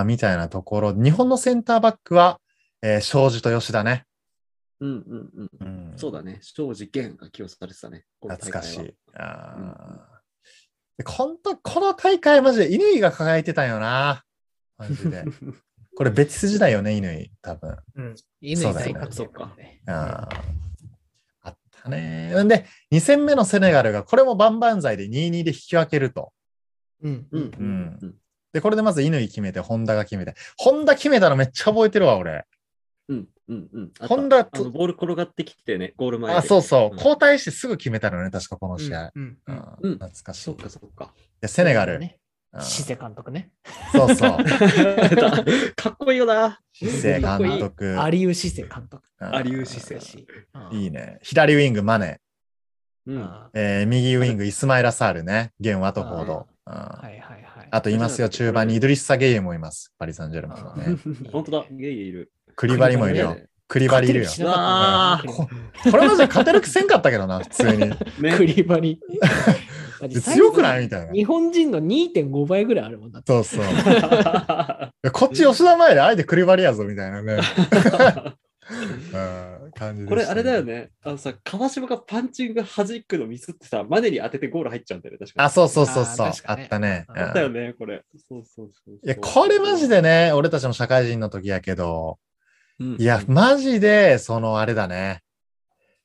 Speaker 2: あ、みたいなところ。日本のセンターバックは、えー庄司と吉田ね。
Speaker 4: うんうんうん。
Speaker 2: うん
Speaker 4: そうだね。庄司健が起用されてたね。今大会
Speaker 2: 懐
Speaker 4: は
Speaker 2: かしい。。あ
Speaker 4: う
Speaker 2: ー
Speaker 4: ん
Speaker 2: でこんとこの大会、マジで乾が輝いてたよな。マ ジで。これ、ベティス時代よね、乾、多分。
Speaker 3: うん。乾
Speaker 2: そうだ
Speaker 3: 大
Speaker 2: よね
Speaker 3: 活
Speaker 4: そ
Speaker 3: 躍
Speaker 4: っか
Speaker 2: あーあったね。んで、2戦目のセネガルが、これも万々歳で2-2で引き分けると。
Speaker 3: うん
Speaker 4: うんう
Speaker 3: う
Speaker 4: んんうん。
Speaker 2: で、これでまず乾決めて、本田が決めて。本田決めたのめっちゃ覚えてるわ、俺。
Speaker 4: うんうんうん。あった
Speaker 2: ホンダと
Speaker 4: あのボール転がってきてね、ゴール前で。
Speaker 2: あ、そうそう。
Speaker 4: ん
Speaker 2: 交代してすぐ決めたのね、確かこの試合。
Speaker 3: んう
Speaker 2: うんん
Speaker 4: うん
Speaker 2: 懐かし
Speaker 4: そ
Speaker 2: い
Speaker 4: っ。かそっか。
Speaker 2: でセネガル。
Speaker 3: ね
Speaker 2: うん
Speaker 3: シセ監督ね。
Speaker 2: そうそう。
Speaker 4: かっこいいよな。
Speaker 2: シセ監督。
Speaker 3: アリウシセ監督。
Speaker 2: うん
Speaker 4: アリウシセ
Speaker 3: うん
Speaker 2: いいね。左ウィング、マネ。
Speaker 4: う
Speaker 3: うん
Speaker 4: ん。
Speaker 3: は
Speaker 2: えー右ウィング、イスマイラ・サールね。ゲン・ワトフォード。うん
Speaker 3: いはいはい。
Speaker 2: あといますよ、中盤にイドリス・サゲイエもいます。パリ・サンジェルマンのね。
Speaker 4: 本当だ。ゲイいる。
Speaker 2: クリバリもいるよ。クリバリいるよ。
Speaker 3: 勝てる気しなかった
Speaker 2: う
Speaker 3: な
Speaker 2: わこれマジで勝てるくせんかったけどな、普通に。
Speaker 4: ね
Speaker 3: クリバリ。
Speaker 2: 強くないみたいな。
Speaker 3: 日本人の2.5倍ぐらいあるもんだって。
Speaker 2: そうそう。いやこっち吉田前であえてクリバリやぞ、みたいなね。うん感じでしたね
Speaker 4: これあれだよ。ね。あのさ、川島がパンチング弾くのミスってさ、マネに当ててゴール入っちゃうんだよね。確かに。
Speaker 2: あ、そうそうそうそう
Speaker 3: あ。ー
Speaker 2: あ
Speaker 3: 確かね
Speaker 2: ったね。
Speaker 3: あ
Speaker 2: う
Speaker 3: った
Speaker 4: あったよ
Speaker 2: ん
Speaker 4: ね、これ。そうそうそうそう。
Speaker 2: いや、これマジでね、俺たちも社会人の時やけど、
Speaker 4: うん。
Speaker 2: いや、マジで、そのあれだね。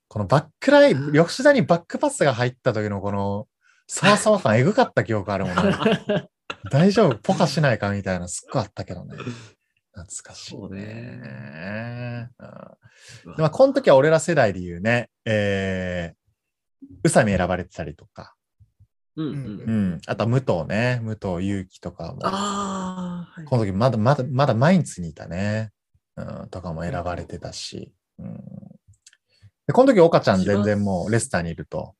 Speaker 2: このバックライン、吉田にバックパスが入った時のこの、サワサワ感、えぐかった記憶あるも んね。大丈夫ポカしないかみたいな、すっごいあったけどね。懐かしい、
Speaker 4: そうね
Speaker 2: うんでまあ、この時は俺ら世代で言うね、え宇佐美選ばれてたりとか、
Speaker 4: うんう。
Speaker 2: うんん、あとは武藤ね、武藤勇樹とかも、
Speaker 4: ああ、はい
Speaker 2: この時まだまだ、まだマインツにいたね、うん、とかも選ばれてたし、うん、でこの時岡ちゃん全然もうレスターにいると、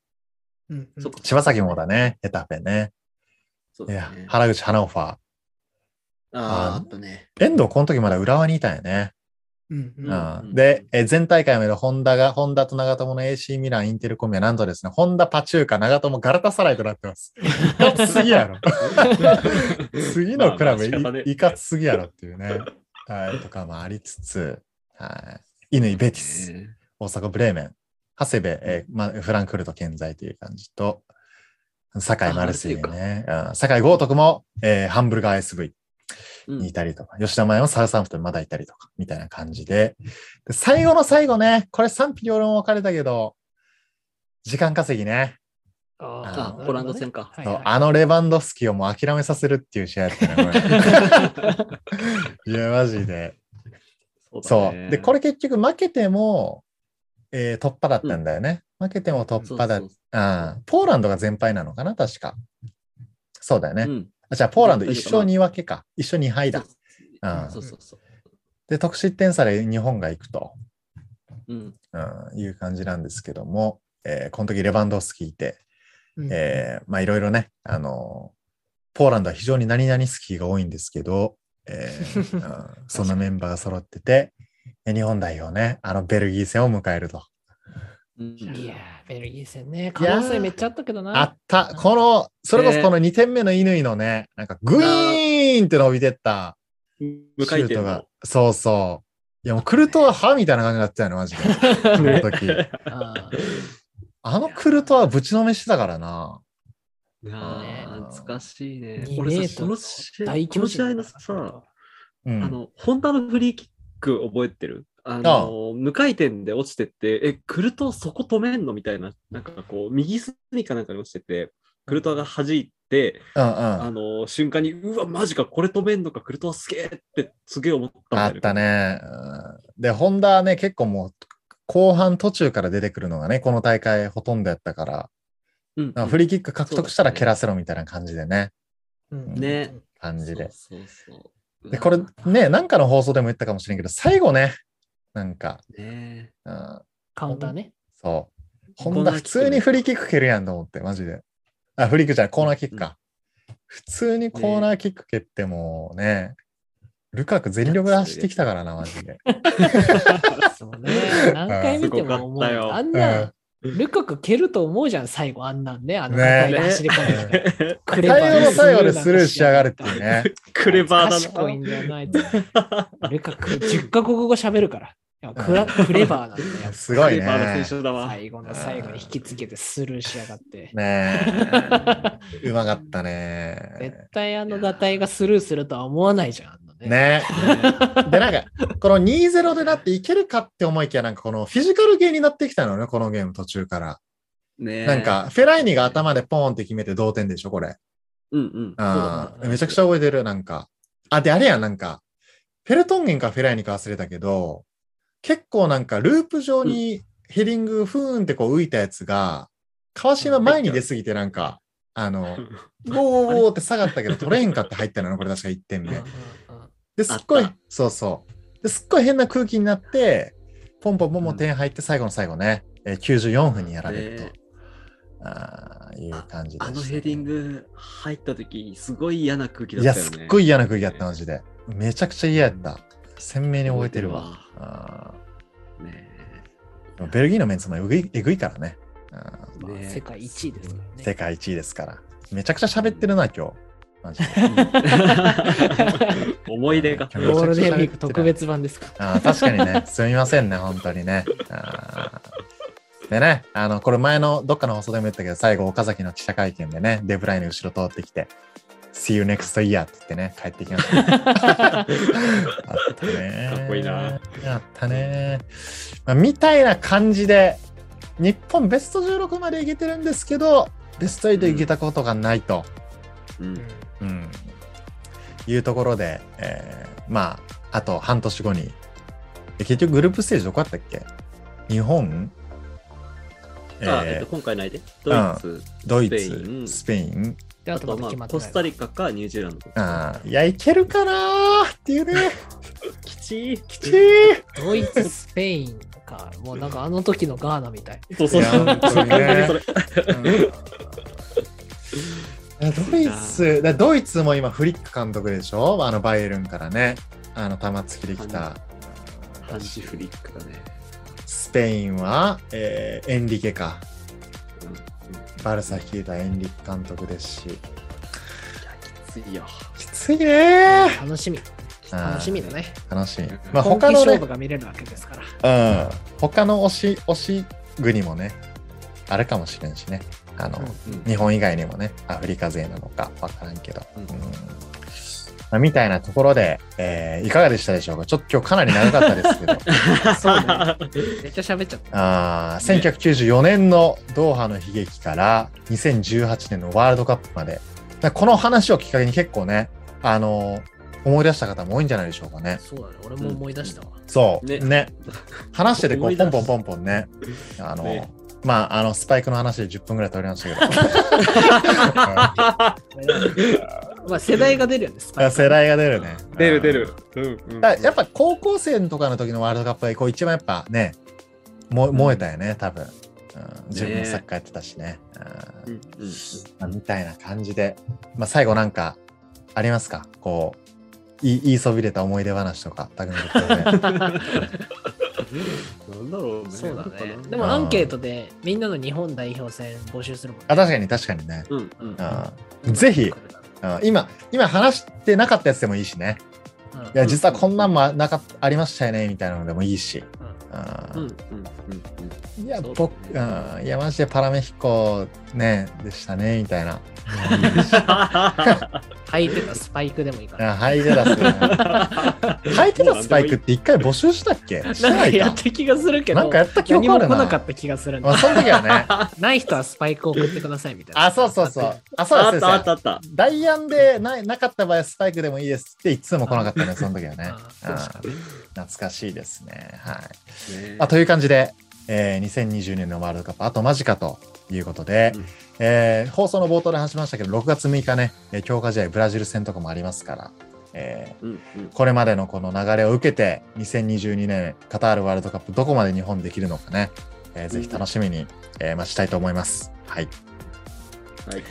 Speaker 3: うんうん
Speaker 4: そっか
Speaker 2: 柴崎もだね、エタフェね、
Speaker 4: そう
Speaker 2: い
Speaker 4: で
Speaker 2: や
Speaker 4: すね。あ
Speaker 2: 原口花オファ
Speaker 4: あー、
Speaker 2: あ
Speaker 4: あ
Speaker 2: ー
Speaker 4: ったね。
Speaker 2: ー、遠藤この時まだ浦和にいたんやね。
Speaker 3: うんうん
Speaker 4: う
Speaker 2: うん
Speaker 4: ん
Speaker 2: で、えー前大会までホンダが、ホンダと長友の AC ミラン、インテルコミはなんとですね、ホンダ、パチューカ、長友、ガラタサライとなってます。いかつすぎやろ。 次のクラブ、い
Speaker 4: まあまあ仕方ね
Speaker 2: いかつすぎやろっていうね。はい、とかもありつつ、はい。乾ベティス、
Speaker 4: ね
Speaker 2: 大阪ブレーメン、長谷部、えーまあ、フランクフルト健在という感じと、酒井マルセイユね、うん酒井豪徳も、えーハンブルガー SV。
Speaker 4: うん
Speaker 2: にいたりとか、吉田麻也もサウサンプトンにまだいたりとか、みたいな感じで。で最後の最後ね、これ賛否両論分かれたけど、時間稼ぎね。
Speaker 4: あ
Speaker 2: あ
Speaker 4: ポランド戦か。
Speaker 3: はい
Speaker 2: そう
Speaker 3: はい
Speaker 2: あのレバンドフスキをもう諦めさせるっていう試合だったね。これいや、マジで。
Speaker 4: だ
Speaker 2: そ
Speaker 4: ね
Speaker 2: う。で、これ結局負けても、えー突破だったんだよね。負けても突破だ。
Speaker 4: そうそう
Speaker 2: うんポーランドが全敗なのかな、確か。そうだよね。
Speaker 4: うん
Speaker 2: あじゃあ、ポーランド1勝2分けか。1勝2敗だ。うん
Speaker 4: そうそうそう。
Speaker 2: で、得失点差で日本が行くと。
Speaker 4: うん。
Speaker 2: うん、いう感じなんですけども、えーこの時レバンドフスキいて、
Speaker 3: うん
Speaker 2: えーまあいろいろね、あのーポーランドは非常に何々スキーが多いんですけど、えーうんそのメンバーが揃ってて、え日本代表ね、あのベルギー戦を迎えると。
Speaker 4: うん
Speaker 3: いやー、ベルギー戦ね。可能性めっちゃあったけどな。
Speaker 2: あった、この、それこそこの2点目の乾のね、なんかグイーンって伸びてった
Speaker 4: 無
Speaker 2: シ
Speaker 4: 回
Speaker 2: ュー
Speaker 4: 転
Speaker 2: ト
Speaker 4: の
Speaker 2: が、そうそう。いやもうクルトは歯みたいな感じになってたよね、マジで。 この時。
Speaker 3: あ
Speaker 2: あのクルトはぶちのめしてたからな。
Speaker 4: あー懐かしいね。
Speaker 3: 2 メ
Speaker 4: 俺
Speaker 3: ー
Speaker 4: さ、そ
Speaker 3: トル
Speaker 4: の
Speaker 3: の
Speaker 4: 試
Speaker 3: 大
Speaker 4: 合、
Speaker 3: 巨
Speaker 4: こ
Speaker 3: 人
Speaker 4: の試合のさ、
Speaker 2: うん、
Speaker 4: あの、ホンダのフリーキック覚えてるあの、無回転で落ちてって、え、クルトそこ止めんのみたいな、なんかこう、右隅かなんかに落ちてて、クルトが弾いて、
Speaker 2: うんうん、
Speaker 4: あの、瞬間に、うわ、マジか、これ止めんのか、クルトはすげえって、すげえ思ったんだ
Speaker 2: あ
Speaker 4: よ
Speaker 2: った。ね。うんで、ホンダはね、結構もう、後半途中から出てくるのがね、この大会ほとんどやったから、
Speaker 4: うん
Speaker 2: なんかフリーキック獲得したら
Speaker 4: そうだね
Speaker 2: 蹴らせろみたいな感じでね、
Speaker 3: ーうん
Speaker 4: ね
Speaker 2: 感じで。。
Speaker 4: そうそうそう。
Speaker 2: で、これ
Speaker 4: うわ
Speaker 2: ね、なんかの放送でも言ったかもしれんけど、最後ね、なんか、
Speaker 4: ね
Speaker 2: うん、
Speaker 3: カウンターね。
Speaker 2: そう。
Speaker 4: コーナー
Speaker 2: ホンダ普
Speaker 4: キック
Speaker 2: 通にフリーキック蹴るやんと思って、マジで。あ、フリーキックじゃない、コーナーキックか。普通にコーナーキック蹴ってもうね、ルカク全力で走ってきたからな、マジで。
Speaker 3: そうね。何回見ても思
Speaker 4: すごかっ
Speaker 3: う。
Speaker 4: たよ
Speaker 3: あん
Speaker 2: う、
Speaker 3: なんルカク蹴ると思うじゃん、最後。あんなんね。あの、
Speaker 2: ね
Speaker 3: 硬いで走り込んできて。 クレバー
Speaker 2: 最後の最後でスルーしやがるって
Speaker 3: な
Speaker 2: いう
Speaker 3: の
Speaker 2: ね。
Speaker 4: クレバー だな。
Speaker 3: 賢いんだよな、あいつ。ルカク、10カ国語喋るから。いやクラクレバーなんだよ。
Speaker 2: すごい
Speaker 4: クレバー
Speaker 2: ね
Speaker 4: の。選手だわ。
Speaker 3: 最後の最後に引きつけてスルーしやがって。
Speaker 2: ね え。うまかったね。
Speaker 3: 絶対あのガタイがスルーするとは思わないじゃん。あんなね
Speaker 2: ねで、なんか、この2-0でなっていけるかって思いきや、なんかこのフィジカルゲーになってきたのね、このゲーム途中から。
Speaker 4: ね
Speaker 2: なんか、、フェライニが頭でポーンって決めて同点でしょ、これ。
Speaker 4: うんうん。
Speaker 2: あ
Speaker 3: そうだ
Speaker 2: ー
Speaker 3: ね
Speaker 2: めちゃくちゃ覚えてる、なんか。あ、で、あれやん、なんか、フェルトンゲンかフェライニか忘れたけど、結構なんか、ループ上にヘディング、ふーんってこう浮いたやつが、川島前に出すぎて、なんか、あ の、ウォーウォーって下がったけど、取れへんかって入ったのよこれ確か1点
Speaker 3: うんうん
Speaker 2: 目。
Speaker 3: うん
Speaker 2: で、すっご
Speaker 4: あ
Speaker 2: い
Speaker 4: った、
Speaker 2: そうそう。ですっごい変な空気になって、ポンポンポンポン点入って、最後の最後ね、えー94分にやられると
Speaker 4: ね。
Speaker 2: ああいう感じでした
Speaker 4: あ
Speaker 2: ね
Speaker 4: のヘディング入った時すごい嫌な空気だ
Speaker 2: い
Speaker 4: った
Speaker 2: や、
Speaker 4: よね。
Speaker 2: すっご
Speaker 4: い
Speaker 2: い嫌な空気だった、マジで。めちゃくちゃ嫌やった。鮮明に覚えてるわ。あ
Speaker 4: ね
Speaker 2: ーベルギーのメンツもえぐいえぐいからね。あー
Speaker 3: まあ
Speaker 4: ね
Speaker 3: 世界1位ですからね。
Speaker 2: 世界1位ですから。めちゃくちゃ喋ってるな、今日。マジで。
Speaker 4: え思い出が。
Speaker 2: 今日
Speaker 3: ゴールデンウィーク特別版ですか。
Speaker 2: あー確かにね、 すみませんね、本当にね。あーでね、あの、これ前のどっかの放送でも言ったけど、最後、岡崎の記者会見でね、デブライネ後ろ通ってきて、See you next year って言ってね、帰ってきました。 あったね。
Speaker 4: かっこいいな。
Speaker 2: あったね、まあみたいな感じで、日本ベスト16までいけてるんですけど、ベスト8いけたことがないと。
Speaker 4: うん
Speaker 2: うん、いうところで、えーまああと半年後にえ結局グループステージどこだったっけ日本
Speaker 4: あ
Speaker 2: えー
Speaker 4: えっと今回ないで、ドイツ、
Speaker 2: ドイ
Speaker 4: スペイ
Speaker 2: ツ、
Speaker 4: ン
Speaker 2: スペイン。
Speaker 3: で、あ
Speaker 4: あと
Speaker 3: とま
Speaker 4: は
Speaker 3: だ
Speaker 4: ま
Speaker 3: 決ま
Speaker 4: あ
Speaker 3: ってな
Speaker 4: コ
Speaker 3: い。
Speaker 4: スタリカかニュージーランド
Speaker 2: ああ、いや、いけるかなーっていう ね。
Speaker 4: きちい。
Speaker 2: きちー
Speaker 3: ドイツ、スペインか。もうなんかあの時のガーナみたい。
Speaker 4: そうそう
Speaker 2: いや本当にね
Speaker 4: それ
Speaker 2: うんドイツ、だドイツも今、フリック監督でしょあの、バイエルンからね。あの、玉突きできた。
Speaker 4: ハンジフリックだね。
Speaker 2: スペインは、えーエンリケか。
Speaker 4: うんうんい
Speaker 2: バルサ率いたエンリケ監督ですし。
Speaker 4: やきついよ。
Speaker 2: きついね
Speaker 3: 楽しみ。
Speaker 2: ー
Speaker 3: 楽しみだね。
Speaker 2: ー楽しい。ま
Speaker 3: ま
Speaker 2: あ、
Speaker 3: あ、
Speaker 2: 他の
Speaker 3: 勝
Speaker 2: ね
Speaker 3: 負、が見れるわけですから。
Speaker 2: うん。他の推し、推し国もね、あるかもしれんしね。あの、
Speaker 3: うん
Speaker 4: うん
Speaker 2: 日本以外にもね、アフリカ勢なのかわからんけど。
Speaker 4: うん
Speaker 2: うんまあみたいなところで、えーいかがでしたでしょうかちょっと今日かなり長かったですけ ど、
Speaker 3: そうね。めっちゃ喋っちゃった。
Speaker 2: あー1994年のドーハの悲劇から2018年のワールドカップまで、だからこの話をきっかけに結構ね、あのー思い出した方も多いんじゃないでしょうかね。
Speaker 3: そうだね。俺も思い出したわ。
Speaker 2: そう、ね
Speaker 4: ね。
Speaker 2: 話してて、こ
Speaker 4: 思
Speaker 2: う、
Speaker 4: い出
Speaker 2: ポン
Speaker 4: す
Speaker 2: ポンポンポンね。あのー、
Speaker 4: ね
Speaker 2: まあ、あの、スパイクの話で10分ぐらい取りましたけど。
Speaker 3: まあ、世代が出るよね。ス
Speaker 2: い
Speaker 3: パイ
Speaker 2: や
Speaker 3: ク
Speaker 2: 世代が出るね。
Speaker 4: 出る出る。うんうん
Speaker 2: だからやっぱ高校生のとかの時のワールドカップはこう一番やっぱね、も燃えたよね、多分。うん、自分もサッカーやってたしね。
Speaker 4: う
Speaker 2: うん
Speaker 4: んうん
Speaker 2: まあみたいな感じで。まあ最後なんかありますかこう、い言いそびれた思い出話とか、たくみとか
Speaker 4: なん
Speaker 2: で
Speaker 4: だろうね。
Speaker 3: そうだね
Speaker 4: なんか。な
Speaker 3: でもアンケートでみんなの日本代表戦募集するもんね。
Speaker 2: あ、確かに確かにね。
Speaker 4: うんうん。
Speaker 2: うん、ぜひ、うん今、今話してなかったやつでもいいしね。
Speaker 3: うん
Speaker 2: いや、実はこんなんもなかっありましたよね、みたいなのでもいいし。う
Speaker 4: うんう
Speaker 2: ん
Speaker 4: んうん
Speaker 2: いや、
Speaker 4: そうだね
Speaker 2: 僕、うん、いや、マジでパラメヒコね、でしたね、みたいな。
Speaker 3: 履いてたスパイクでもいいか
Speaker 2: あ
Speaker 3: ら。
Speaker 2: ハイテラス、ね。ハイテラススパイクって一回募集したっけして
Speaker 3: なん
Speaker 2: な
Speaker 3: か
Speaker 2: い
Speaker 3: や
Speaker 2: か
Speaker 3: っ。た気がするけど、
Speaker 2: なんかやった記
Speaker 3: 何
Speaker 2: 憶あ
Speaker 3: も
Speaker 2: る
Speaker 3: 来
Speaker 2: な。
Speaker 3: なかった気がするん
Speaker 2: ま
Speaker 3: だ
Speaker 2: あ、。その時はね。
Speaker 3: ない人はスパイク送ってくださいみたいな。
Speaker 2: あ、そうそうそう。あ、そう
Speaker 4: あ
Speaker 2: で
Speaker 4: っ
Speaker 2: す
Speaker 4: たあっ
Speaker 2: 先
Speaker 4: た
Speaker 2: 生。
Speaker 4: あった。
Speaker 2: ダイアンでななかった場合はスパイクでもいいですっていつも来なかったね、その時はね
Speaker 3: あ。
Speaker 2: うん
Speaker 3: 確かに
Speaker 2: 懐かしいですね。はい。
Speaker 4: ね
Speaker 2: あという感じで、えー2020年のワールドカップあと間近ということで、
Speaker 4: うん
Speaker 2: えー放送の冒頭で話しましたけど6月6日ねえー強化試合ブラジル戦とかもありますから、えー
Speaker 4: うんうん
Speaker 2: これまでのこの流れを受けて2022年カタールワールドカップどこまで日本できるのかね、えーぜひ楽しみに、えー待ちたいと思います。はい
Speaker 4: はい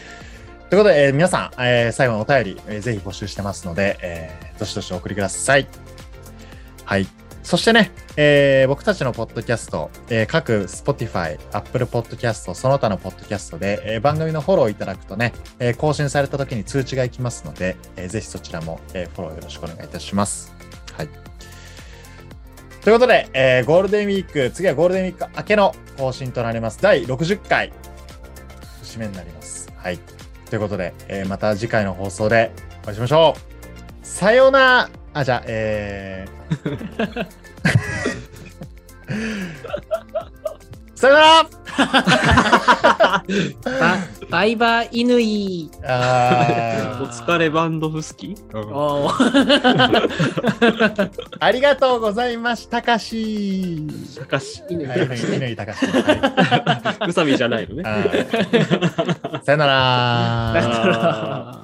Speaker 2: ということで、えー皆さん、えー最後のお便り、えーぜひ募集してますので、えーどしどしお送りください。はい。そしてね、えー僕たちのポッドキャスト、えー各 Spotify、Apple Podcast、その他のポッドキャストで、えー番組のフォローいただくとね、えー更新された時に通知がいきますので、えーぜひそちらも、えーフォローよろしくお願いいたします。はい。ということで、えーゴールデンウィーク、次はゴールデンウィーク明けの更新となります。第60回、節目になります。はい。ということで、えーまた次回の放送でお会いしましょう。さようなあ、じゃあ、えー、 さようなら
Speaker 3: ババイバイ犬い。
Speaker 2: あ
Speaker 3: ー
Speaker 4: お疲れバンドフスキ
Speaker 3: おー
Speaker 2: ーありがとうございます、たかし。
Speaker 4: しかし、
Speaker 3: 犬
Speaker 2: はい、
Speaker 3: い。
Speaker 2: 乾たかし。は
Speaker 4: うさみじゃないのね
Speaker 2: い。あーさよなら
Speaker 3: だから